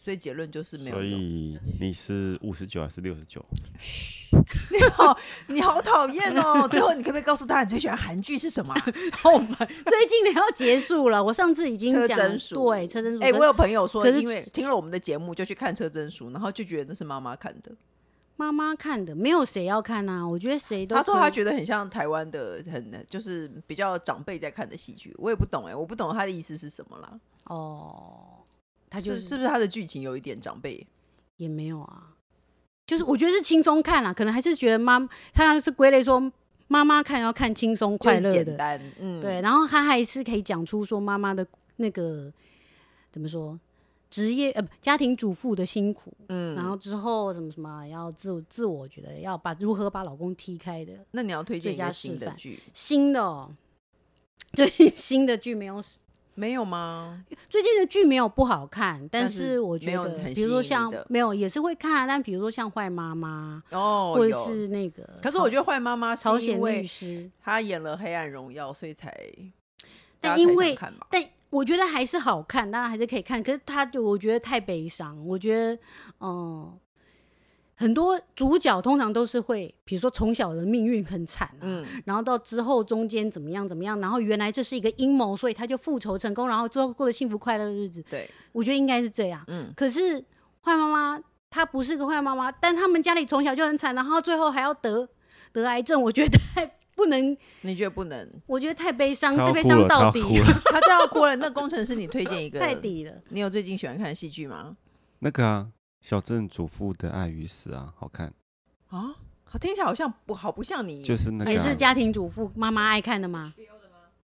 S1: 所以结论就是没有
S2: 所
S1: 用。
S2: 以你是五十九还是六十九？
S1: 你好，你好讨厌哦！最后你可不可以告诉大家你最喜欢韩剧是什么 啊？
S3: 好烦！最近的要结束了，我上次已经
S1: 车
S3: 讲了
S1: 贞淑
S3: 对车真淑。
S1: 哎、我有朋友说，
S3: 可是
S1: 因为听了我们的节目就去看车真书，然后就觉得那是妈妈看的。
S3: 妈妈看的，没有谁要看啊。我觉得谁都
S1: 他说他
S3: 得
S1: 觉得很像台湾的，很就是比较长辈在看的戏剧。我也不懂哎、我不懂他的意思是什么啦。
S3: 哦，他就是
S1: 是不是他的剧情有一点长辈？
S3: 也没有啊，就是我觉得是轻松看啊，可能还是觉得妈他是归类说妈妈看要看轻松快
S1: 就
S3: 乐
S1: 是简
S3: 的，
S1: 单，嗯，
S3: 对。然后他还是可以讲出说妈妈的那个怎么说职业呃不家庭主妇的辛苦，
S1: 嗯。
S3: 然后之后什么什么要自自我觉得要把如何把老公踢开的。
S1: 那你要推荐一
S3: 最佳
S1: 个
S3: 示
S1: 新的
S3: 范
S1: 剧，
S3: 新的、哦， 最近新的剧没有，
S1: 没有吗？
S3: 最近的剧没有不好看，
S1: 但
S3: 但
S1: 是
S3: 是我觉
S1: 没有
S3: 得
S1: 很，
S3: 比
S1: 吸
S3: 如说
S1: 引你
S3: 像
S1: 的
S3: 没有也是会看啊，但比如说像坏妈妈，
S1: 哦，
S3: 或者
S1: 有
S3: 是那个，
S1: 可是我觉得坏妈妈是
S3: 朝
S1: 因
S3: 鲜
S1: 为
S3: 律师，
S1: 他演了《黑暗荣耀》，所以才大
S3: 但
S1: 家才
S3: 因为
S1: 想看吧，
S3: 但我觉得还是好看，当然还是可以看，可是他就我觉得太悲伤，我觉得，嗯、很多主角通常都是会，比如说从小的命运很惨啊，
S1: 嗯，
S3: 然后到之后中间怎么样怎么样，然后原来这是一个阴谋，所以他就复仇成功，然后之后过得幸福快乐的日子。
S1: 对，
S3: 我觉得应该是这样。
S1: 嗯，
S3: 可是坏妈妈她不是个坏妈妈，但他们家里从小就很惨，然后最后还要得得癌症，我觉得太 不能，
S1: 你觉得不能？
S3: 我觉得太悲
S1: 啊
S3: 伤，
S2: 他要
S3: 太悲
S2: 哭了，
S3: 伤
S2: 他
S3: 到
S2: 要
S3: 底，
S2: 哭了。
S1: 他这样哭了，那工程师你推荐一个，
S3: 太底了。
S1: 你有最近喜欢看的戏剧吗？
S2: 那个啊，小镇主妇的爱与死啊，好看，
S1: 啊，好听起来好像不好，不像你
S2: 就是那个、啊、
S3: 哎也是家庭主妇妈妈爱看的吗？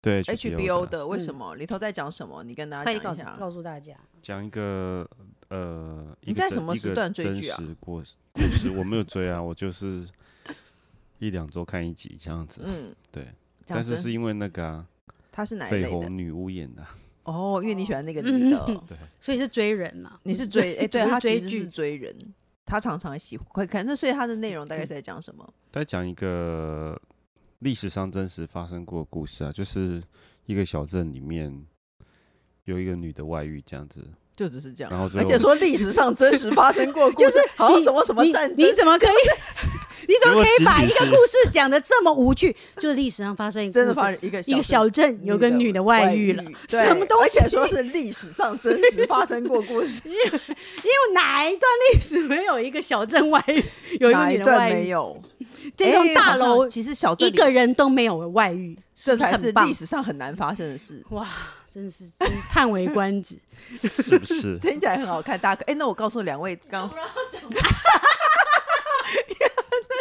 S2: 对
S1: HBO
S2: 的，
S1: 的，为什么里头在讲什么？你跟大
S3: 嗯 快
S1: 家
S3: 点
S1: 讲
S3: 告
S1: 一下。啊
S3: 告诉大家，
S2: 讲一个呃，一
S1: 你
S2: 个
S1: 在
S2: 真
S1: 什么
S2: 一
S1: 时
S2: 个
S1: 段追剧啊
S2: 真实故事故事 我没有追啊，我就是一两周看一集这样子。
S1: 嗯，
S2: 对，
S1: 讲
S2: 但是
S1: 真
S2: 是因为那个啊，
S1: 他是哪一
S2: 绯
S1: 类的？
S2: 红女巫演的啊、
S1: 哦，因为你喜欢那个女
S3: 嗯
S1: 的，
S3: 所以是追人嘛？
S1: 你是 追哎，对
S3: 我是
S1: 他其
S3: 追
S1: 实是
S3: 剧
S1: 追人，他常常喜欢看。那所以他的内容大概是在讲什么？
S2: 在讲一个历史上真实发生过的故事啊，就是一个小镇里面有一个女的外遇这样 子，
S1: 就只是这样
S2: 然。后最
S1: 而
S2: 后
S1: 且说历史上真实发生过的故事，好像什么什么
S3: 你
S1: 战
S3: 你
S1: 争
S3: 你，怎么可以？ 你怎么可以把一
S2: 结果仅仅
S3: 个
S2: 是
S3: 故事讲的这么无趣？就是历史上发生一个
S1: 真的
S3: 故事
S1: 发生一个
S3: 一个小镇有个女的外遇了，
S1: 对
S3: 什么东西？
S1: 而且说是历史 上真实发生过故事，
S3: 因为哪一段历史没有一个小镇外 遇，有一个
S1: 哪
S3: 女
S1: 一
S3: 的
S1: 段
S3: 外
S1: 没
S3: 遇？
S1: 有？
S3: 这种
S1: 哎
S3: 大
S1: 好
S3: 楼
S1: 像其实小镇
S3: 一
S1: 里
S3: 个人都没有外遇，
S1: 这
S3: 不
S1: 才
S3: 很
S1: 是
S3: 棒
S1: 历史上很难发生的事。
S3: 哇，真是真是叹为观 止。
S2: 是不
S1: ？
S2: 是
S1: 听起来很好看，大家可哎，那我告诉两位，刚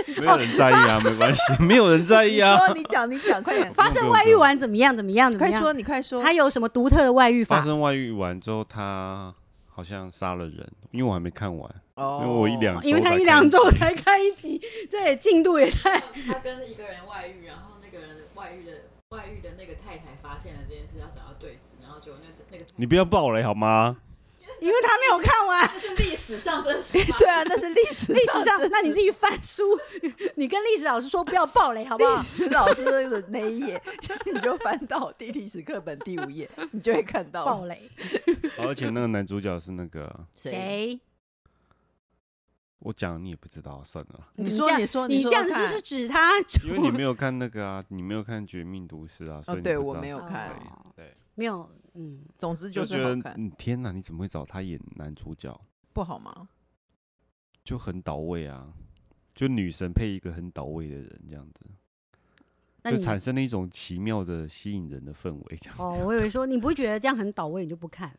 S2: 没有人在意啊，没关系，没有人在
S1: 你
S2: 意啊。
S1: 说你讲你讲，快点，
S3: 发生外遇完怎么样？怎么样？
S1: 你
S3: 怎么
S1: 快
S3: 样？
S1: 说，你快说
S3: 他，有什么独特的外遇
S2: 发
S3: 法？
S2: 生外遇完之后，她好像杀了人，因为我还没看完，
S1: 哦
S2: 因为我一两周
S3: 因为他
S2: 才
S3: 一
S2: 看
S3: 两
S2: 集
S3: 周才看一集，这也进度也 太……
S4: 他跟一个人外遇，然后那个人外遇的外遇的那个太太发现了这件事，要找到对峙，然后结果那那个太太
S2: 你不要爆雷好吗？
S3: 因为他没有看完。
S4: 这是历史上真实吗？
S1: 对啊，那是历史
S3: 历史上
S1: 真，
S3: 那你
S1: 实
S3: 自己翻书，你跟历史老师说不要暴雷，好不
S1: 历
S3: 好？
S1: 史 老师的那一页， 你就翻到第历史课本第五 页，你就会看到
S3: 暴雷
S2: 而且那个男主角是那个，
S3: 谁？
S2: 我讲你也不知道，算了，
S1: 你
S3: 这
S1: 说
S3: 样
S1: 你说
S3: 你
S1: 说
S3: 这样
S1: 看
S3: 子是指他？
S2: 因为你没有看那个啊，你没有看《绝命毒师》啊，所以你
S1: 对
S2: 不知
S1: 我
S2: 道
S1: 没有
S2: 是
S1: 看
S2: 谁
S3: 哦
S2: 对，
S3: 没有，嗯，
S1: 总之
S2: 就
S1: 就
S2: 觉
S1: 是好
S2: 得
S1: 看，
S2: 嗯，天哪，你怎么会找他演男主角？
S1: 不好吗？
S2: 就很倒位啊，就女神配一个很倒位的人，这样子
S3: 那
S2: 就
S3: 你
S2: 产生了一种奇妙的吸引人的氛围，这样
S3: 哦，我以为说你不觉得这样很倒位，你就不看。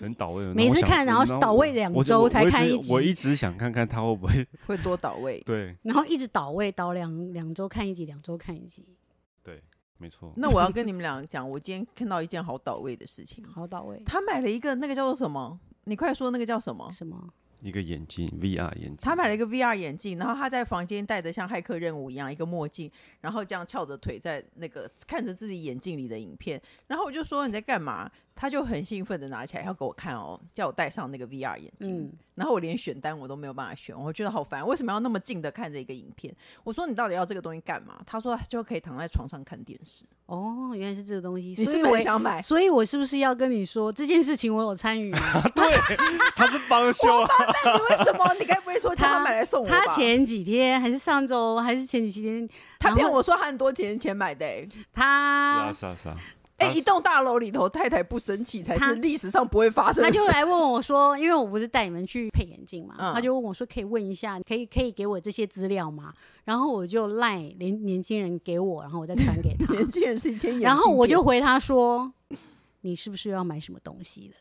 S2: 很倒位。
S3: 每次
S2: 我想
S3: 看然后
S2: 我
S3: 倒位两
S2: 我就
S3: 周
S2: 我
S3: 才
S2: 一
S3: 看
S2: 直
S3: 一集
S2: 我一直想看看他会不会。
S1: 会多倒位
S2: 对
S3: 然后一直倒位，倒两两周看一集，两周看一集，
S2: 对，没错，
S1: 那我要跟你们俩讲，我今天看到一件好倒位的事 情。
S3: 好倒位。
S1: 他买了一个那个叫做什么？你快说那个叫什么？
S3: 什么？
S2: 一个眼镜 VR 眼镜，
S1: 他买了一个 VR 眼镜，然后他在房间戴的像骇客任务一样一个墨镜，然后这样翘着腿在那个看着自己眼镜里的影片，然后我就说你在干嘛？他就很兴奋的拿起来要给我看哦，叫我戴上那个 VR 眼镜。
S3: 嗯，
S1: 然后我连选单我都没有办法选，我觉得好烦，为什么要那么近的看着一个影片？我说你到底要这个东西干嘛？他说就可以躺在床上看电视。
S3: 哦，原来是这个东西。
S1: 你
S3: 所
S1: 是
S3: 以
S1: 不是
S3: 我
S1: 很想买？
S3: 所以我是不是要跟你说这件事情？我有参与。啊
S2: 他是帮凶啊，
S1: 那你为什么？你该不会说叫他买来送我吧？
S3: 他前几天还是上周还是前几天，
S1: 他骗
S3: 然后
S1: 我说他很多年前买的、欸，
S2: 是
S3: 他
S2: 啊是啊是啊，
S1: 哎、
S2: 他
S1: 一栋大楼里头太太不生气才
S3: 他
S1: 是啊历史上不会发生
S3: 他
S1: 的
S3: 就
S1: 事。
S3: 来问我说，因为我不是带你们去配眼镜嘛，
S1: 嗯
S3: 他就问我说，可以问一下，可以可以给我这些资料吗？然后我就赖年年轻人给我，然后我再传给 他，
S1: 年轻人是一千眼镜
S3: 然后我就
S1: 片
S3: 回他说，你是不是要买什么东西的？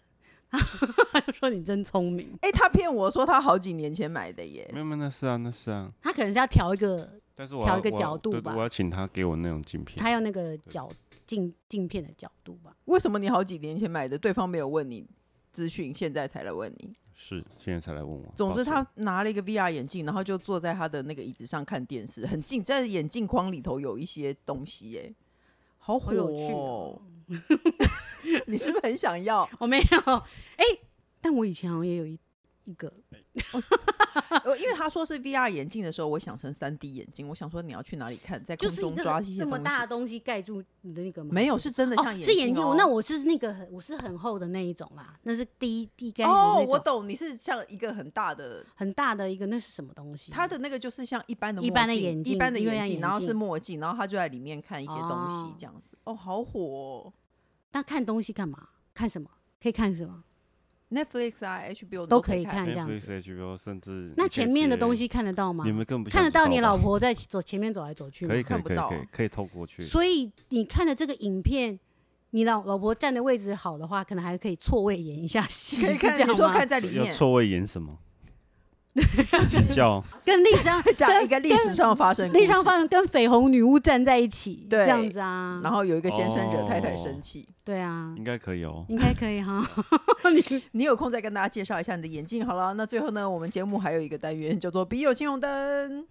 S3: 他就说你真聪明，
S1: 哎、他骗我说他好几年前买的耶
S2: 没，有没有那是啊那是啊，
S3: 他可能是要调一个，
S2: 但是我
S3: 调
S2: 要
S3: 一个
S2: 我要
S3: 角度
S2: 对
S3: 吧
S2: 我要请他给我那种镜片
S3: 他，要那个角镜镜片的角度吧。
S1: 为什么你好几年前买的，对方没有问你资讯，现在才来问你？
S2: 是现在才来问我。
S1: 总之，
S2: 抱歉
S1: 他拿了一个 VR 眼镜，然后就坐在他的那个椅子上看电视，很近，在眼镜框里头有一些东西耶，好
S3: 好
S1: 火
S3: 有趣
S1: 哦！你是不是很想 要？
S3: 我没有，哎、但我以前好像也有一一个，
S1: 呃因为他说是 VR 眼镜的时候，我想成三 D 眼镜，我想说你要去哪里看，在
S3: 就
S1: 空
S3: 是一
S1: 中
S3: 个
S1: 抓一些
S3: 这么
S1: 东
S3: 大的
S1: 西。
S3: 东西盖住你的那个吗？
S1: 没有，是真的像
S3: 哦、
S1: 眼
S3: 是眼
S1: 镜
S3: 镜
S1: 哦。
S3: 那我是那个很我是很厚的那一种啦，那是低低盖的那
S1: 哦
S3: 种，
S1: 我懂，你是像一个很大的，
S3: 很大的一个，那是什么东西？
S1: 它的那个就是像一般的
S3: 嗯一
S1: 墨
S3: 般的
S1: 镜
S3: 眼
S1: 一
S3: 镜
S1: 般的
S3: 一般
S1: 眼
S3: 的
S1: 镜，
S3: 眼
S1: 然后是
S3: 镜
S1: 墨镜，然后他就在里面看一些东西
S3: 哦
S1: 这样子。哦，好火哦
S3: 那看东西干嘛？看什么？可以看什么？
S1: ！Netflix 啊，HBO 你
S3: 都
S1: 可
S3: 可以看 这样
S2: Netflix HBO 甚至
S3: 那
S2: 你可以
S3: 前面的
S2: 直接
S3: 东西看得到吗
S2: 你？们根本不
S3: 看得
S2: 想知道
S3: 到你
S2: 吧
S3: 老婆在走前面走来走去吗？
S2: 可以可
S1: 看
S2: 以
S1: 不
S2: 可以
S1: 到
S2: 可以可以透过去，
S3: 所以你看的这个影片，你老老婆站的位置好的话，可能还可以错位演一下戏，
S1: 可以
S3: 是这
S1: 看，
S3: 样
S1: 你说
S3: 吗
S1: 看在里
S2: 要
S1: 面，
S2: 错位演什 么？请教
S3: 跟历史上
S1: 讲一个历史上发生的故
S3: 历
S1: 事，
S3: 史上发生跟绯红女巫站在一起，
S1: 对
S3: 这样子啊，
S1: 然后有一个先生惹太太
S2: 哦
S1: 生气。
S3: 对啊，
S2: 应该可以哦。
S3: 应该可以哈。
S1: 你有空再跟大家介绍一下你的眼镜好了。那最后呢，我们节目还有一个单元叫做“笔友青红灯”，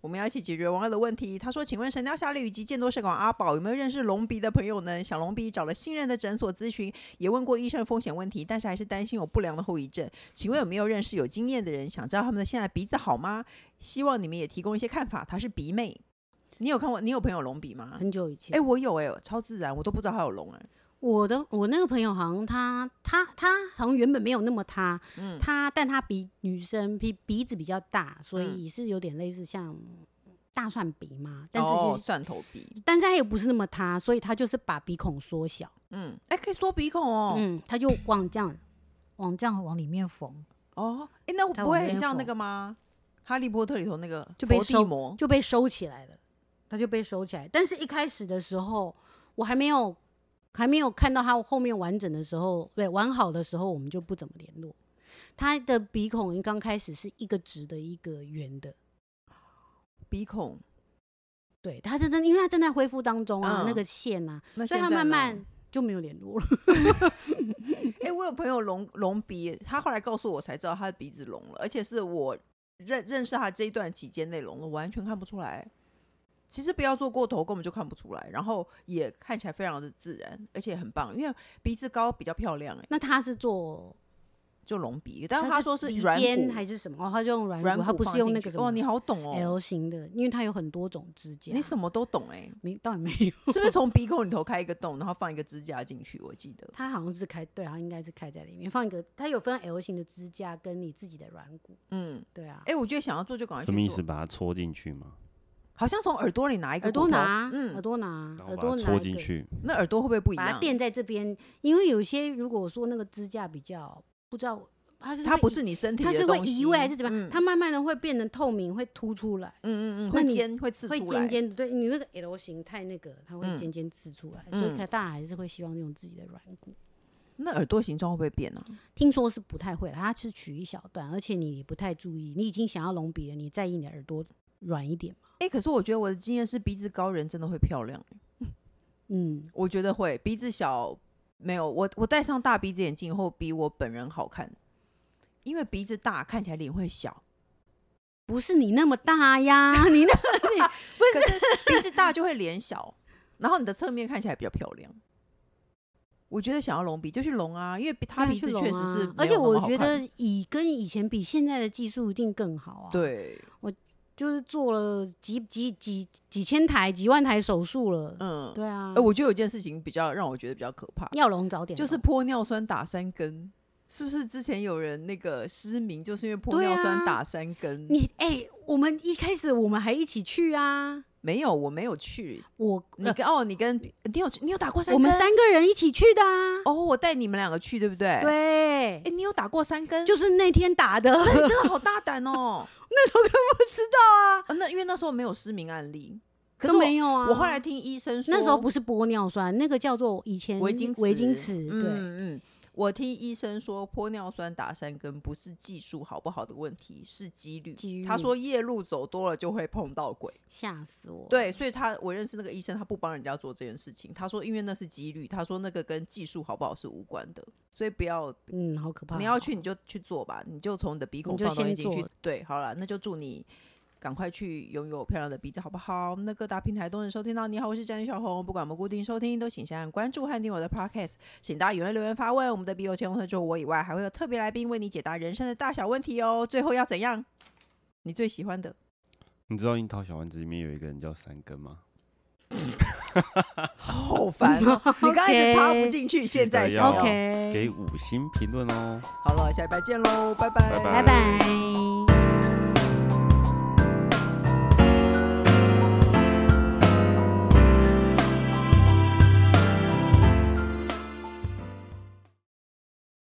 S1: 我们要一起解决网友的问题。他说：“请问《神雕侠侣》以及《剑多社广阿宝》有没有认识隆鼻的朋友呢？想隆鼻找了信任的诊所咨询，也问过医生风险问题，但是还是担心有不良的后遗症。请问有没有认识有经验的人？想知道他们的现在鼻子好吗？希望你们也提供一些看法。”她是鼻妹，你有看过？你有朋友隆鼻吗？
S3: 很久以前，
S1: 哎、我有哎、超自然，我都不知道他有隆哎、
S3: 我的我那个朋友好像他他他好像原本没有那么塌，
S1: 嗯
S3: 他但他鼻女生鼻鼻子比较大，所以是有点类似像大蒜鼻嘛，但是就是、
S1: 哦、蒜头鼻，
S3: 但是他也不是那么塌，所以他就是把鼻孔缩小，
S1: 嗯，哎、可以缩鼻孔哦，
S3: 嗯，他就往这样往这样往里面缝，
S1: 哦，哎，那
S3: 在
S1: 不
S3: 我
S1: 会
S3: 们
S1: 很
S3: 那
S1: 像那
S3: 缝
S1: 个吗？哈利波特里头那个
S3: 就被
S1: 伏地
S3: 收
S1: 魔，
S3: 就被收起来了，他就被收起来。但是一开始的时候，我还没有还没有看到他后面完整的时候，对完好的时候，我们就不怎么联络。他的鼻孔刚开始是一个直的，一个圆的。
S1: 鼻孔。
S3: 对他真正，因为他正在恢复当中啊，
S1: 嗯
S3: 那个线啊，
S1: 那
S3: 所以
S1: 现
S3: 他
S1: 在
S3: 慢
S1: 呢
S3: 慢，就没有联络了。
S1: 哎，我有朋友隆隆鼻，他后来告诉我才知道他的鼻子隆了，而且是我认认识他这一段期间内隆了，我完全看不出来。其实不要做过头，根本就看不出来，然后也看起来非常的自然，而且很棒，因为鼻子高比较漂亮、哎，
S3: 那他是做
S1: 就隆鼻，但
S3: 它
S1: 他说是
S3: 鼻
S1: 软
S3: 尖
S1: 骨
S3: 还是什么？哦，他就用软
S1: 软
S3: 骨，他
S1: 骨
S3: 不
S1: 放
S3: 是用
S1: 进
S3: 那
S1: 去
S3: 个什
S1: 哇，
S3: 么
S1: 你好懂哦，
S3: L 型的，因为它有很多种支架。
S1: 你什么都懂哎，
S3: 没倒也没有，
S1: 是不是从鼻孔里头开一个洞，然后放一个支架进去？我记得
S3: 它好像是开，对啊，应该是开在里面放一个，它有分 L 型的支架跟你自己的软骨，
S1: 嗯，
S3: 对啊
S1: 哎、，我觉得想要做就赶快
S2: 什么
S1: 去
S2: 意
S1: 做
S2: 思？，把它戳进去吗？
S1: 好像从耳朵里拿一个
S3: 耳朵
S1: 骨头
S3: 拿，耳
S1: 嗯，
S3: 朵拿，
S2: 然后
S3: 耳
S2: 把它
S3: 朵拿
S2: 戳
S3: 一
S2: 进
S3: 个，
S2: 去，
S1: 那耳朵会不会不一
S3: 把它
S1: 样？
S3: 垫在这边，因为有些如果说那个支架比较不知道，它是
S1: 它
S3: 会
S1: 不
S3: 移
S1: 是你身体
S3: 它
S1: 的
S3: 是会
S1: 东西
S3: 移位还是怎么样？
S1: 嗯
S3: 它慢慢的会变得透明，会凸出来，
S1: 嗯嗯嗯，
S3: 那
S1: 会
S3: 你
S1: 尖会刺
S3: 会
S1: 出来
S3: 尖，尖的。对你那个 L 型太那个了，它会
S1: 嗯
S3: 尖尖刺出来，所以
S1: 嗯
S3: 它当然还是会希望用自己的软骨。
S1: 那耳朵形状会不会变呢、
S3: 听说是不太会了，它是取一小段，而且你也不太注意，你已经想要隆鼻了，你在意你的耳朵软一点嘛？
S1: 哎、可是我觉得我的经验是，鼻子高人真的会漂亮、
S3: 嗯，
S1: 我觉得会，鼻子小没有我，我戴上大鼻子眼镜以后，比我本人好看，因为鼻子大看起来脸会小，
S3: 不是你那么 大呀，你那
S1: 可 是鼻子大就会脸小，然后你的侧面看起来比较漂亮。我觉得想要隆鼻就去隆啊，因为他鼻子
S3: 去隆
S1: 确实
S3: 啊
S1: 是、
S3: 而且我觉得以跟以前比，现在的技术一定更好啊。，
S1: 对，
S3: 就是做了几几几几千台、几万台手术了。
S1: 嗯，
S3: 对啊，
S1: 哎，我觉得有件事情比较让我觉得比较可怕，
S3: 要哦隆早点隆，
S1: 就是玻尿酸打三根，是不是之前有人那个失明，就是因为玻
S3: 对
S1: 尿
S3: 啊
S1: 酸打三根？
S3: 你哎、我们一开始我们还一起去啊，
S1: 没有，我没有去。
S3: 我
S1: 你
S3: 呃
S1: 跟、哦，你跟你有你有打过三
S3: 我
S1: 根？
S3: 们三个人一起去的啊，
S1: 哦，我带你们两个去，对不对？。
S3: 对
S1: 哎、，你有打过三根？
S3: 就是那天 打的，
S1: 那你真的好大胆哦！
S3: 那时候根本不知道啊，
S1: 啊那因为那时候没有失明案例，可是
S3: 都
S1: 我
S3: 没有啊。
S1: 我后来听医生说，
S3: 那时候不是玻尿酸，那个叫做以前
S1: 维京
S3: 维京
S1: 词
S3: 词，
S1: 嗯
S3: 对，
S1: 嗯。我听医生说，玻尿酸打三根不是技术好不好的问题，是几率。
S3: 几率
S1: 他说夜路走多了就会碰到鬼。
S3: 吓死我。
S1: 对，，所以他我认识那个医生，他不帮人家做这件事情。他说，因为那是几率，他说那个跟技术好不好是无关的，所以不要。
S3: 嗯，好可怕。
S1: 你要去你就去做吧，你就从你的鼻孔
S3: 你就
S1: 放东西
S3: 先
S1: 进去
S3: 做。
S1: 对，好了，那就祝你赶快去拥有漂亮的鼻子，好不好？那各大平台都能收听到。你好，我是詹小红，不管我们固定收听，都请先按关注和订我的 podcast，请大家踊跃留言发问。我们的笔友前除了我以外，还会有特别来宾为你解答人生的大小问题哦。最后要怎样？你最喜欢的？
S2: 你知道樱桃小丸子里面有一个人叫三根吗？
S1: 好烦哦！ 你刚开始插不
S3: OK
S1: 进去，现
S2: 记得
S1: 在想
S2: 要
S1: 要
S3: OK
S2: 给五星评论哦。
S1: 好了，下礼拜见喽，拜拜，
S2: 拜
S3: 拜拜。